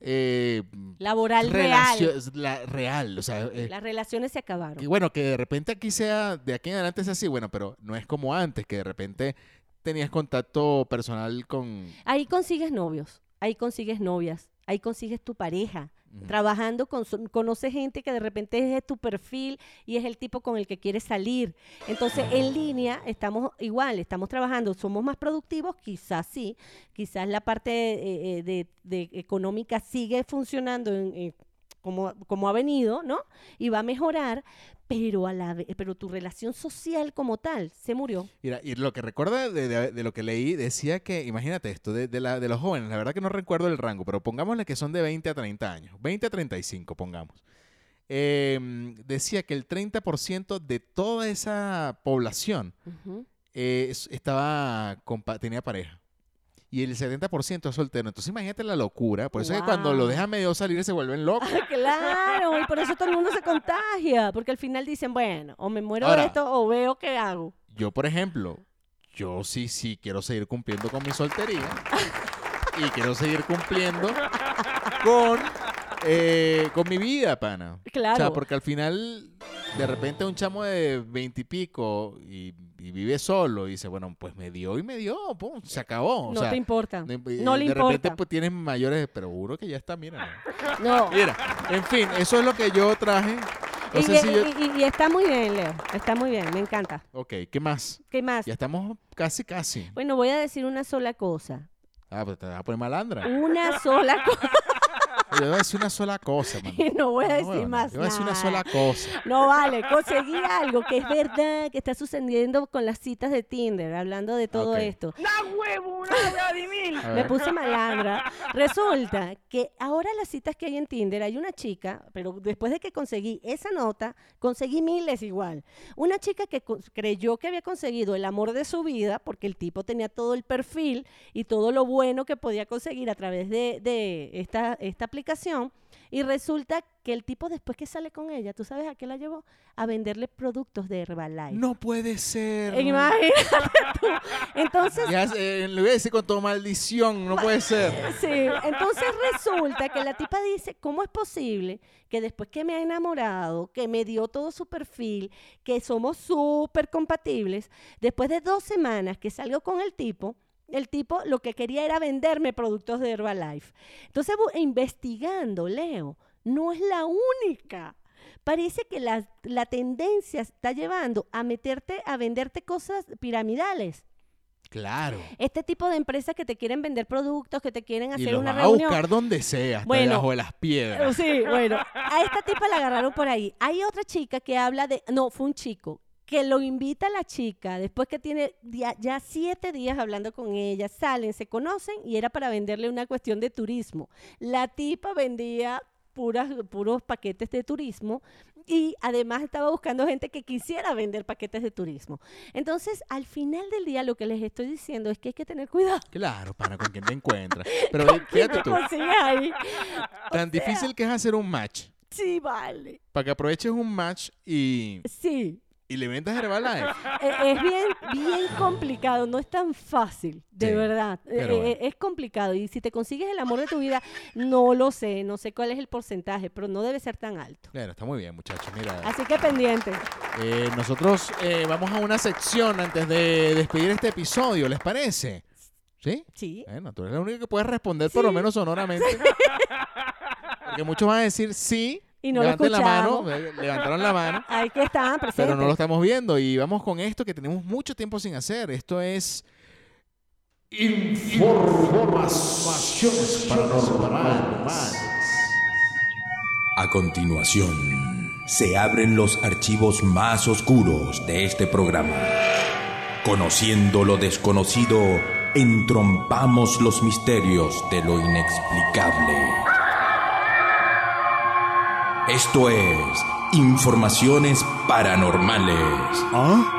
S1: eh,
S2: Laboral real.
S1: relacio- la- real. O sea, eh,
S2: Las relaciones se acabaron.
S1: que bueno, que de repente aquí sea, de aquí en adelante sea así, bueno, pero no es como antes, que de repente tenías contacto personal con...
S2: Ahí consigues novios, ahí consigues novias, ahí consigues tu pareja.
S1: Ujú.
S2: Trabajando, con, conoces gente que de repente es tu perfil y es el tipo con el que quieres salir. Entonces, en línea estamos igual, estamos trabajando, somos más productivos, quizás sí, quizás la parte eh, eh, de, de económica sigue funcionando en- en- como, como ha venido, ¿no? Y va a mejorar, pero, a la, ve- pero tu relación social como tal se murió.
S1: Mira, y lo que recuerda de, de- de lo que leí decía que, imagínate esto, de, de la- de los jóvenes, la verdad que no recuerdo el rango, pero pongámosle que son de 20 a 30 años, 20 a 35, pongamos. Em, decía que el 30% de toda esa población
S2: Ujú.
S1: eh, es- estaba con pa- tenía pareja. Y el 70% es soltero. Entonces imagínate la locura. Por eso es que cuando lo
S2: Guau.
S1: dejan medio salir se vuelven locos.
S2: Claro, y por eso todo el mundo se contagia, porque al final dicen, bueno, o me muero
S1: Ahora-
S2: de esto o veo qué hago.
S1: Yo, por ejemplo, yo sí, sí quiero seguir cumpliendo con mi soltería. y quiero seguir cumpliendo con, eh, con mi vida, pana. O sea,
S2: Claro.
S1: porque al final, de repente, un chamo de veintipico y, y vive solo y dice, bueno, pues me dio y me dio, pum, se acabó. O
S2: no
S1: sea,
S2: te importa.
S1: no
S2: No,
S1: imp- eh,
S2: le
S1: de repente
S2: importa.
S1: pues, tienes mayores, pero juro que ya está, mira.
S2: No.
S1: Mira, en fin, eso es lo que yo traje. No
S2: Y,
S1: sé si
S2: y-
S1: yo...
S2: y- y está muy bien, Leo. Está muy bien, me encanta.
S1: Ok, ¿qué más?
S2: ¿Qué más?
S1: Ya estamos casi, casi.
S2: Bueno, voy a decir una sola cosa.
S1: Ah, pero te vas a poner malandra.
S2: Una sola cosa.
S1: Yo voy a decir una sola cosa, mano.
S2: Y no voy a decir
S1: huevona,
S2: más
S1: Yo voy a decir una
S2: nada.
S1: sola cosa.
S2: No vale, conseguí algo que es verdad, que está sucediendo con las citas de Tinder, hablando de todo
S1: Ok.
S2: esto.
S1: A
S2: Me
S1: ver,
S2: puse malandra. Resulta que ahora las citas que hay en Tinder, hay una chica, pero después de que conseguí esa nota, conseguí miles igual. Una chica que co- creyó que había conseguido el amor de su vida porque el tipo tenía todo el perfil y todo lo bueno que podía conseguir a través de, de esta, esta aplicación. Y resulta que el tipo después que sale con ella, ¿tú sabes a qué la llevó? A venderle productos de Herbalife.
S1: No puede ser.
S2: Imagínate tú. Entonces,
S1: Ya, eh, le voy a decir con toda maldición, no puede ser.
S2: Sí, entonces resulta que la tipa dice, ¿cómo es posible que después que me ha enamorado, que me dio todo su perfil, que somos súper compatibles, después de dos semanas que salgo con el tipo, el tipo lo que quería era venderme productos de Herbalife. Entonces, bu- investigando, Leo, no es la única. Parece que la, la tendencia está llevando a meterte, a venderte cosas piramidales.
S1: Claro.
S2: Este tipo de empresas que te quieren vender productos, que te quieren
S1: Y
S2: hacer
S1: los
S2: una
S1: vas a
S2: reunión.
S1: buscar donde sea, hasta
S2: Bueno.
S1: debajo de las
S2: Eh,
S1: piedras.
S2: Sí, bueno. A esta tipa la agarraron por ahí. Hay otra chica que habla de. No, fue un chico. Que lo invita a la chica después que tiene ya, ya siete días hablando con ella, salen, se conocen y era para venderle una cuestión de turismo. La tipa vendía puras, puros paquetes de turismo y además estaba buscando gente que quisiera vender paquetes de turismo. Entonces, al final del día, lo que les estoy diciendo es que hay que tener cuidado.
S1: Claro, para con quien te encuentras. Pero oye, fíjate
S2: ¿Quién te
S1: tú,
S2: consigues ahí?
S1: tan difícil que es hacer un match.
S2: Sí, vale.
S1: Para que aproveches un match y,
S2: Sí.
S1: y le vendas Herbalife.
S2: Eh, es bien, bien complicado, no es tan fácil, de
S1: Sí,
S2: verdad. Eh,
S1: pero bueno.
S2: eh, es complicado. Y si te consigues el amor de tu vida, no lo sé, no sé cuál es el porcentaje, pero no debe ser tan alto.
S1: Claro, está muy bien, muchachos. Mira,
S2: Así que pendiente.
S1: eh, nosotros eh, vamos a una sección antes de despedir este episodio, ¿les parece? ¿Sí?
S2: Sí.
S1: Bueno, tú eres la única que puedes responder por lo menos sonoramente. Porque muchos van a decir sí.
S2: Y no lo
S1: levanten la mano,
S2: escuchamos.
S1: eh, levantaron la mano,
S2: Ahí que están presentes.
S1: pero no lo estamos viendo. Y vamos con esto que tenemos mucho tiempo sin hacer. Esto es
S7: Informaciones paranormales.
S8: A continuación, se abren los archivos más oscuros de este programa. Conociendo lo desconocido, entrompamos los misterios de lo inexplicable. Esto es Informaciones Paranormales.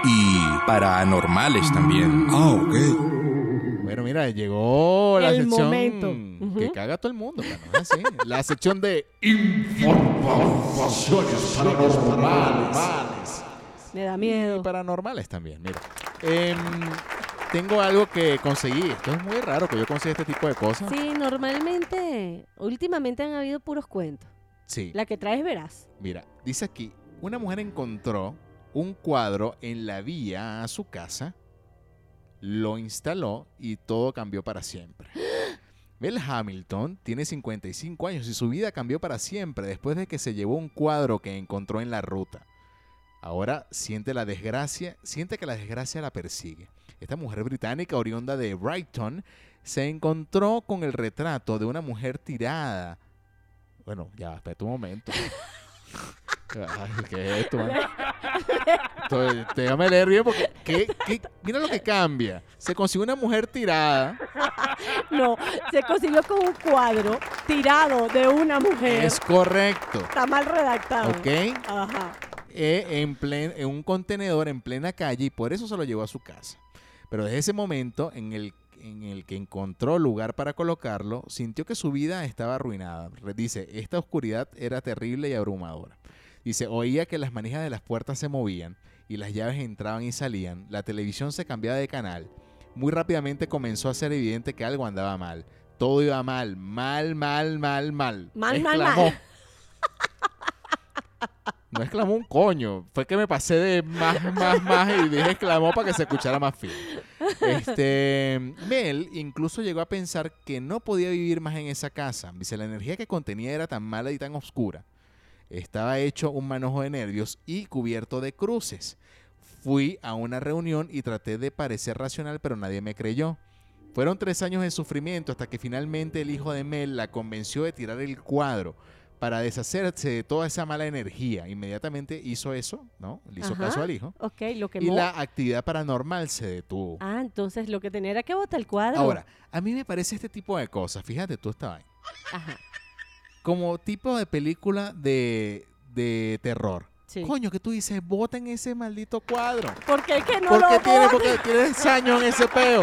S8: Y paranormales también. Ah, ok.
S1: Bueno, mira, llegó la
S2: El
S1: sección
S2: momento.
S1: que
S2: Ujú.
S1: caga a todo el mundo. pero no es así. La sección de
S7: Informaciones paranormales.
S2: Me da miedo.
S1: paranormales también. Mira, Em, tengo algo que conseguí. Esto es muy raro que yo consiga este tipo de cosas.
S2: Sí, normalmente, últimamente han habido puros cuentos.
S1: Sí.
S2: La que traes verás.
S1: Mira, dice aquí, una mujer encontró un cuadro en la vía a su casa, lo instaló y todo cambió para siempre. Mel Hamilton tiene 55 años y su vida cambió para siempre después de que se llevó un cuadro que encontró en la ruta. Ahora siente la desgracia, siente que la desgracia la persigue. Esta mujer británica oriunda de Brighton se encontró con el retrato de una mujer tirada. Bueno, ya, espérate un momento. Ay, ¿Qué es esto, man? Estoy- Déjame leer bien porque ¿qué- qué? mira lo que cambia. Se consigue una mujer tirada.
S2: No, se consiguió con un cuadro tirado de una mujer.
S1: Es correcto.
S2: Está mal redactado.
S1: ¿Ok?
S2: Ajá.
S1: eh, en, plen- en un contenedor en plena calle y por eso se lo llevó a su casa. Pero desde ese momento en el, en el que encontró lugar para colocarlo, sintió que su vida estaba arruinada. Re- Dice, esta oscuridad era terrible y abrumadora. Dice, oía que las manijas de las puertas se movían y las llaves entraban y salían, la televisión se cambiaba de canal. Muy rápidamente comenzó a ser evidente que algo andaba mal. Todo iba mal, mal, mal, mal, mal.
S2: Mal, mal,
S1: Exclamó.
S2: mal.
S1: No exclamó un coño. Fue que me pasé de más, más, más y dije exclamó para que se escuchara más fino. Este, Mel incluso llegó a pensar que no podía vivir más en esa casa. Dice, la energía que contenía era tan mala y tan oscura. Estaba hecho un manojo de nervios y cubierto de cruces. Fui a una reunión y traté de parecer racional, pero nadie me creyó. Fueron tres años de sufrimiento hasta que finalmente el hijo de Mel la convenció de tirar el cuadro para deshacerse de toda esa mala energía. Inmediatamente hizo eso, ¿no? Le hizo
S2: Ajá.
S1: caso al hijo.
S2: Ok, lo que
S1: Y la actividad paranormal se detuvo.
S2: Ah, entonces lo que tenía era que botar el cuadro.
S1: Ahora, a mí me parece este tipo de cosas, fíjate tú esta vaina,
S2: Ajá.
S1: como tipo de película de, de terror.
S2: Sí.
S1: Coño, que tú dices, boten ese maldito cuadro.
S2: ¿Por qué que no
S1: ¿Por
S2: lo
S1: qué tiene,
S2: botas?
S1: porque tienes años en ese peo?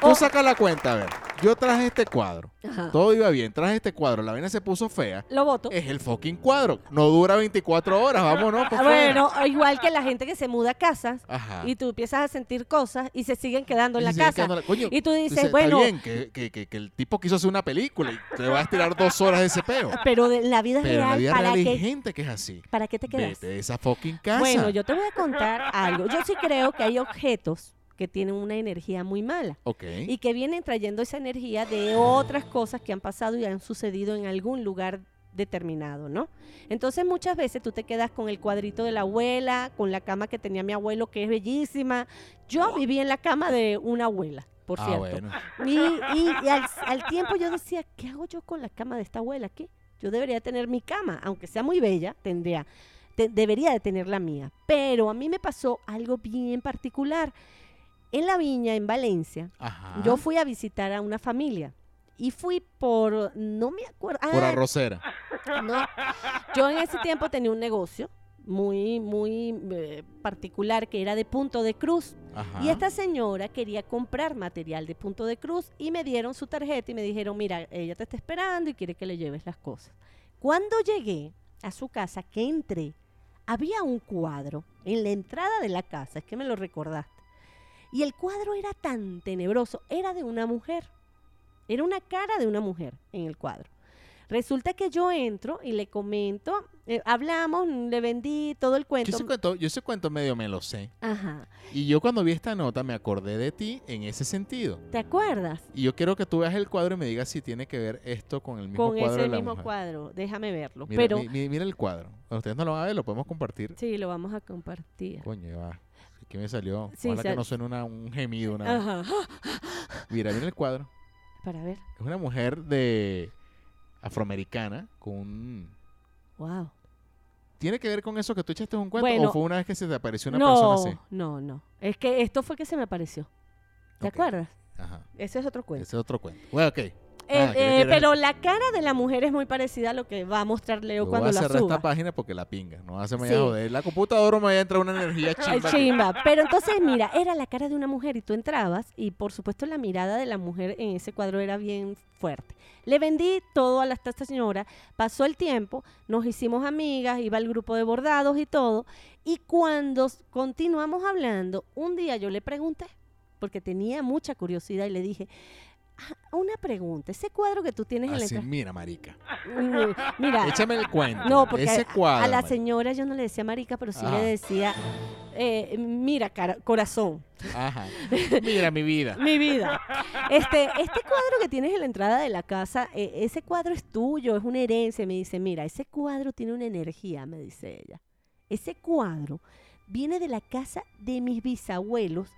S1: Tú
S2: O-
S1: saca la cuenta, a ver. Yo traje este cuadro.
S2: Ajá.
S1: Todo iba bien, traje este cuadro. La vaina se puso fea.
S2: Lo voto.
S1: Es el fucking cuadro. No dura 24 horas, vámonos. por
S2: Ah,
S1: fuera.
S2: bueno, igual que la gente que se muda a casas
S1: Ajá.
S2: y tú empiezas a sentir cosas y se siguen quedando
S1: Y
S2: en la
S1: se sigue
S2: casa.
S1: quedando la- coño,
S2: y tú dices,
S1: está
S2: bueno,
S1: bien, que, que- que- que el tipo quiso hacer una película y te vas a tirar dos horas de ese peo.
S2: pero de- en la vida
S1: Pero en
S2: real,
S1: la vida
S2: ¿para,
S1: real hay
S2: qué,
S1: gente que es así.
S2: ¿para qué te quedas?
S1: Vete de esa fucking casa.
S2: Bueno, yo te voy a contar algo. Yo sí creo que hay objetos que tienen una energía muy mala.
S1: Ok.
S2: y que vienen trayendo esa energía de otras cosas que han pasado y han sucedido en algún lugar determinado, ¿no? Entonces muchas veces tú te quedas con el cuadrito de la abuela, con la cama que tenía mi abuelo, que es bellísima. Yo viví en la cama de una abuela, por
S1: ah,
S2: cierto.
S1: bueno.
S2: Y, y- y al, al tiempo yo decía, ¿qué hago yo con la cama de esta abuela? ¿Qué? Yo debería tener mi cama, aunque sea muy bella, tendría, te- debería de tener la mía. Pero a mí me pasó algo bien particular. En la viña, en Valencia,
S1: Ajá.
S2: yo fui a visitar a una familia. Y fui por, no me acuerdo,
S1: Por
S2: ah,
S1: arrocera.
S2: no. Yo en ese tiempo tenía un negocio muy, muy eh, particular que era de punto de cruz.
S1: Ajá.
S2: Y esta señora quería comprar material de punto de cruz y me dieron su tarjeta y me dijeron, mira, ella te está esperando y quiere que le lleves las cosas. Cuando llegué a su casa, que entré, había un cuadro en la entrada de la casa, es que me lo recordaste. Y el cuadro era tan tenebroso, era de una mujer. Era una cara de una mujer en el cuadro. Resulta que yo entro y le comento, eh, hablamos, le vendí todo el
S1: Yo
S2: cuento.
S1: ese, cuento, yo ese cuento medio me lo sé.
S2: Ajá.
S1: Y yo cuando vi esta nota me acordé de ti en ese sentido.
S2: ¿Te acuerdas?
S1: Y yo quiero que tú veas el cuadro y me digas si tiene que ver esto con el mismo
S2: con
S1: cuadro.
S2: ese
S1: de la
S2: mismo
S1: mujer.
S2: cuadro. Déjame verlo.
S1: Mira,
S2: pero
S1: mi- mi- mira el cuadro. Ustedes no lo van a ver, lo podemos compartir.
S2: sí, lo vamos a compartir.
S1: Coño, va. ¿Qué me salió?
S2: Sí,
S1: Ojalá
S2: sal-
S1: que no suene una- un gemido. Una...
S2: Ajá. ¡Ah!
S1: Mira, mira el cuadro.
S2: Para ver.
S1: Es una mujer de afroamericana con un-
S2: Wow.
S1: ¿Tiene que ver con eso que tú echaste un cuento?
S2: Bueno,
S1: ¿O fue una vez que se te apareció una
S2: no,
S1: persona así?
S2: no, no. Es que esto fue que se me apareció. ¿Te
S1: Ok.
S2: acuerdas?
S1: Ajá.
S2: Ese es otro cuento.
S1: Ese es otro cuento. Bueno, ok.
S2: Eh,
S1: Ah, ¿quieres
S2: eh,
S1: que-
S2: pero la cara de la mujer es muy parecida a lo que va a mostrar Leo
S1: Yo
S2: cuando
S1: voy a
S2: la
S1: cerrar
S2: suba.
S1: esta página porque la pinga. No hace media
S2: Sí.
S1: joder. La computadora me va a entrar una energía
S2: Ay,
S1: chimba.
S2: chimba. Pero entonces, mira, era la cara de una mujer y tú entrabas y por supuesto la mirada de la mujer en ese cuadro era bien fuerte. Le vendí todo a la esta señora, pasó el tiempo, nos hicimos amigas, iba al grupo de bordados y todo. Y cuando s- continuamos hablando, un día yo le pregunté, porque tenía mucha curiosidad y le dije, "Ah, una pregunta, ese cuadro que tú tienes en la
S1: Así,
S2: entrada-
S1: mira, marica.
S2: Mm, Mira,
S1: Échame el cuento.
S2: no, porque
S1: Ese
S2: a-
S1: cuadro. Ah.
S2: a, la
S1: marica.
S2: señora yo no le decía marica, pero sí
S1: Ajá.
S2: le decía, eh, mira, cara- corazón,
S1: Ajá. Mira, mi vida.
S2: mi vida. Este, este cuadro que tienes en la entrada de la casa, eh, ese cuadro es tuyo, es una herencia. Me dice, mira, ese cuadro tiene una energía, me dice ella. Ese cuadro viene de la casa de mis bisabuelos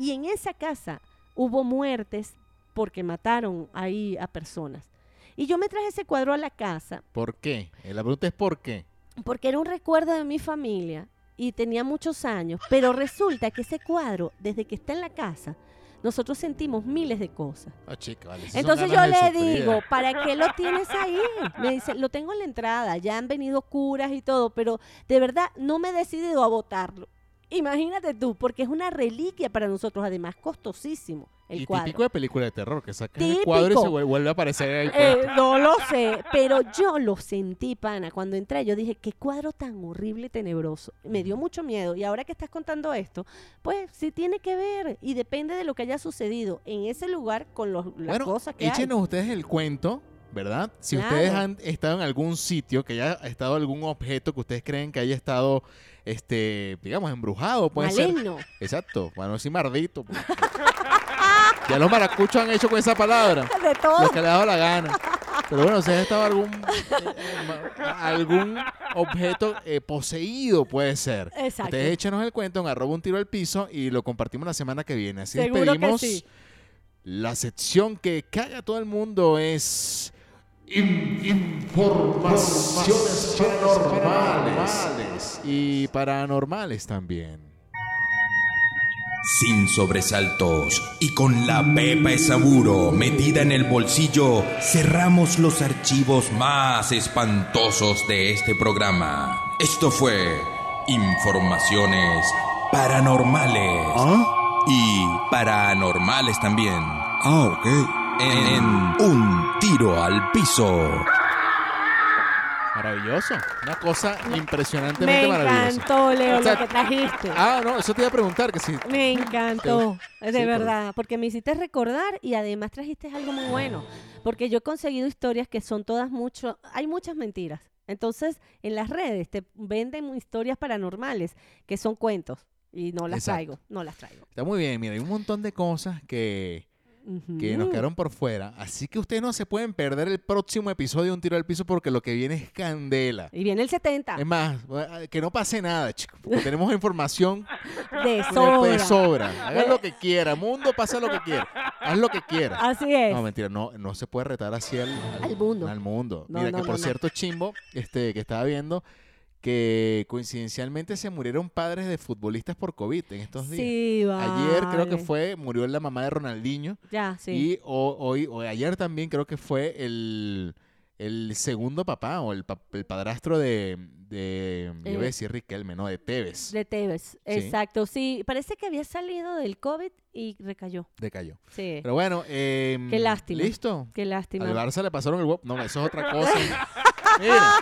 S2: y en esa casa hubo muertes porque mataron ahí a personas. Y yo me traje ese cuadro a la casa
S1: ¿Por qué? Eh, La pregunta es ¿por qué?
S2: porque era un recuerdo de mi familia y tenía muchos años, pero resulta que ese cuadro, desde que está en la casa, nosotros sentimos miles de cosas.
S1: Ah, chica, vale, sí son
S2: Entonces yo
S1: ganas de
S2: le
S1: sufrir.
S2: digo, ¿para qué lo tienes ahí? Me dice, lo tengo en la entrada, ya han venido curas y todo, pero de verdad no me he decidido a votarlo. Imagínate tú, porque es una reliquia para nosotros, además costosísimo el
S1: y
S2: cuadro.
S1: típico de película de terror, que sacas el cuadro y
S2: Típico.
S1: se vuel- vuelve a aparecer ahí.
S2: Eh, no lo sé, pero yo lo sentí, pana. Cuando entré, yo dije, qué cuadro tan horrible y tenebroso. Me dio mucho miedo. Y ahora que estás contando esto, pues sí tiene que ver. Y depende de lo que haya sucedido en ese lugar con los, las
S1: bueno,
S2: cosas que hay.
S1: échenos ustedes el cuento, ¿verdad? Si
S2: Claro.
S1: ustedes han estado en algún sitio, que haya estado algún objeto que ustedes creen que haya estado, este, digamos, embrujado, puede ser.
S2: Maligno.
S1: Exacto, bueno, sí, mardito. pues. ya los maracuchos han hecho con esa palabra.
S2: De
S1: Lo
S2: todo.
S1: que le ha dado la gana. Pero bueno, ustedes han estado algún, eh, eh, ma- algún objeto eh, poseído, puede ser.
S2: Exacto.
S1: Ustedes échenos el cuento, en arroba un tiro al piso y lo compartimos la semana que viene. Así
S2: Seguro que
S1: despedimos.
S2: sí.
S1: La sección que caga a todo el mundo es.
S7: Informaciones paranormales.
S1: Y paranormales también.
S8: Sin sobresaltos y con la pepa esaburo metida en el bolsillo, cerramos los archivos más espantosos de este programa. Esto fue Informaciones Paranormales. Y paranormales también. Ah, ok. En, en Un Tiro al Piso.
S1: Maravilloso. Una cosa
S2: Me
S1: impresionantemente maravillosa.
S2: encantó, Leo,
S1: O sea,
S2: lo que trajiste.
S1: Ah, no, eso te iba a preguntar que si.
S2: Me encantó, de
S1: Sí, por-
S2: verdad, porque me hiciste recordar y además trajiste algo muy bueno, porque yo he conseguido historias que son todas mucho, hay muchas mentiras. Entonces, en las redes te venden historias paranormales que son cuentos y no las
S1: Exacto.
S2: traigo, no las traigo.
S1: Está muy bien, mira, hay un montón de cosas que que
S2: Mm.
S1: nos quedaron por fuera. Así que ustedes no se pueden perder el próximo episodio de Un Tiro al Piso porque lo que viene es candela.
S2: Y viene el 70.
S1: Es más, que no pase nada, chicos, porque tenemos información
S2: De
S1: de
S2: sobra.
S1: sobra. Hagan lo que quiera, mundo, pasa lo que quiera. Haz lo que quiera.
S2: Así es.
S1: No, mentira, no, no se puede retar así al,
S2: Al mundo.
S1: Al mundo.
S2: No,
S1: Mira,
S2: no,
S1: que por
S2: no, no.
S1: cierto, Chimbo, este, que estaba viendo, que coincidencialmente se murieron padres de futbolistas por COVID en estos días.
S2: sí, vale.
S1: Ayer creo que fue, murió la mamá de Ronaldinho.
S2: Ya, sí.
S1: Y ho- hoy, o ayer también creo que fue el, el segundo papá o el, pa- el padrastro de, de yo iba a
S2: Eh.
S1: decir Riquelme, no, de Tevez.
S2: De Tevez. Exacto, sí. Parece que había salido del COVID y recayó.
S1: Decayó.
S2: Sí.
S1: Pero bueno, eh,
S2: Qué lástima.
S1: ¿listo?
S2: Qué lástima.
S1: Al Barça le pasaron el huevo. No, eso es otra cosa. Mira.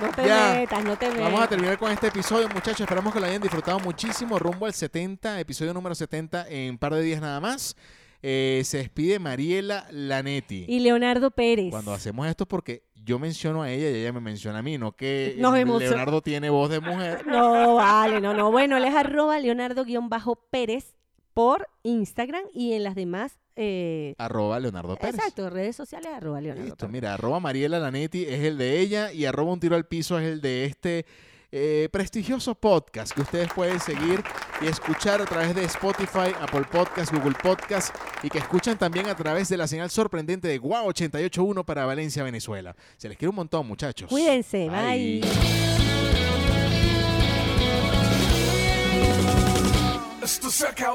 S2: No te
S1: Ya.
S2: metas, no te metas.
S1: Vamos a terminar con este episodio, muchachos. Esperamos que lo hayan disfrutado muchísimo. Rumbo al 70, episodio número 70 en un par de días nada más. Eh, se despide Mariela Lanetti.
S2: Y Leonardo Pérez.
S1: Cuando hacemos esto es porque yo menciono a ella y ella me menciona a mí, no que
S2: Nos emocion-
S1: Leonardo tiene voz de mujer.
S2: No, vale, no, no. Bueno, él es arroba Leonardo-Pérez por Instagram y en las demás. eh,
S1: Arroba Leonardo Pérez.
S2: exacto, redes sociales arroba Leonardo
S1: Listo,
S2: Pérez.
S1: mira, arroba Mariela Lanetti es el de ella y arroba un tiro al piso es el de este eh, prestigioso podcast que ustedes pueden seguir y escuchar a través de Spotify, Apple Podcast, Google Podcast y que escuchan también a través de la señal sorprendente de Guau 881 para Valencia, Venezuela. Se les quiere un montón, muchachos.
S2: Cuídense, bye.
S7: Esto se acabó.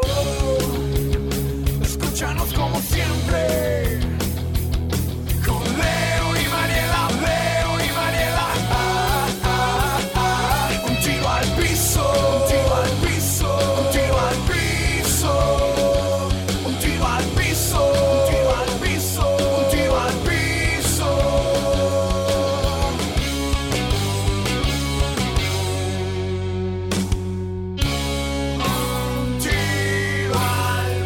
S7: Escúchanos como siempre. Con Leo y Mariela, Leo y Mariela. Ah, ah, ah. Un tiro al piso, un tiro al piso, un tiro al piso. Un tiro al piso, un tiro al piso, un tiro al piso. Un tiro al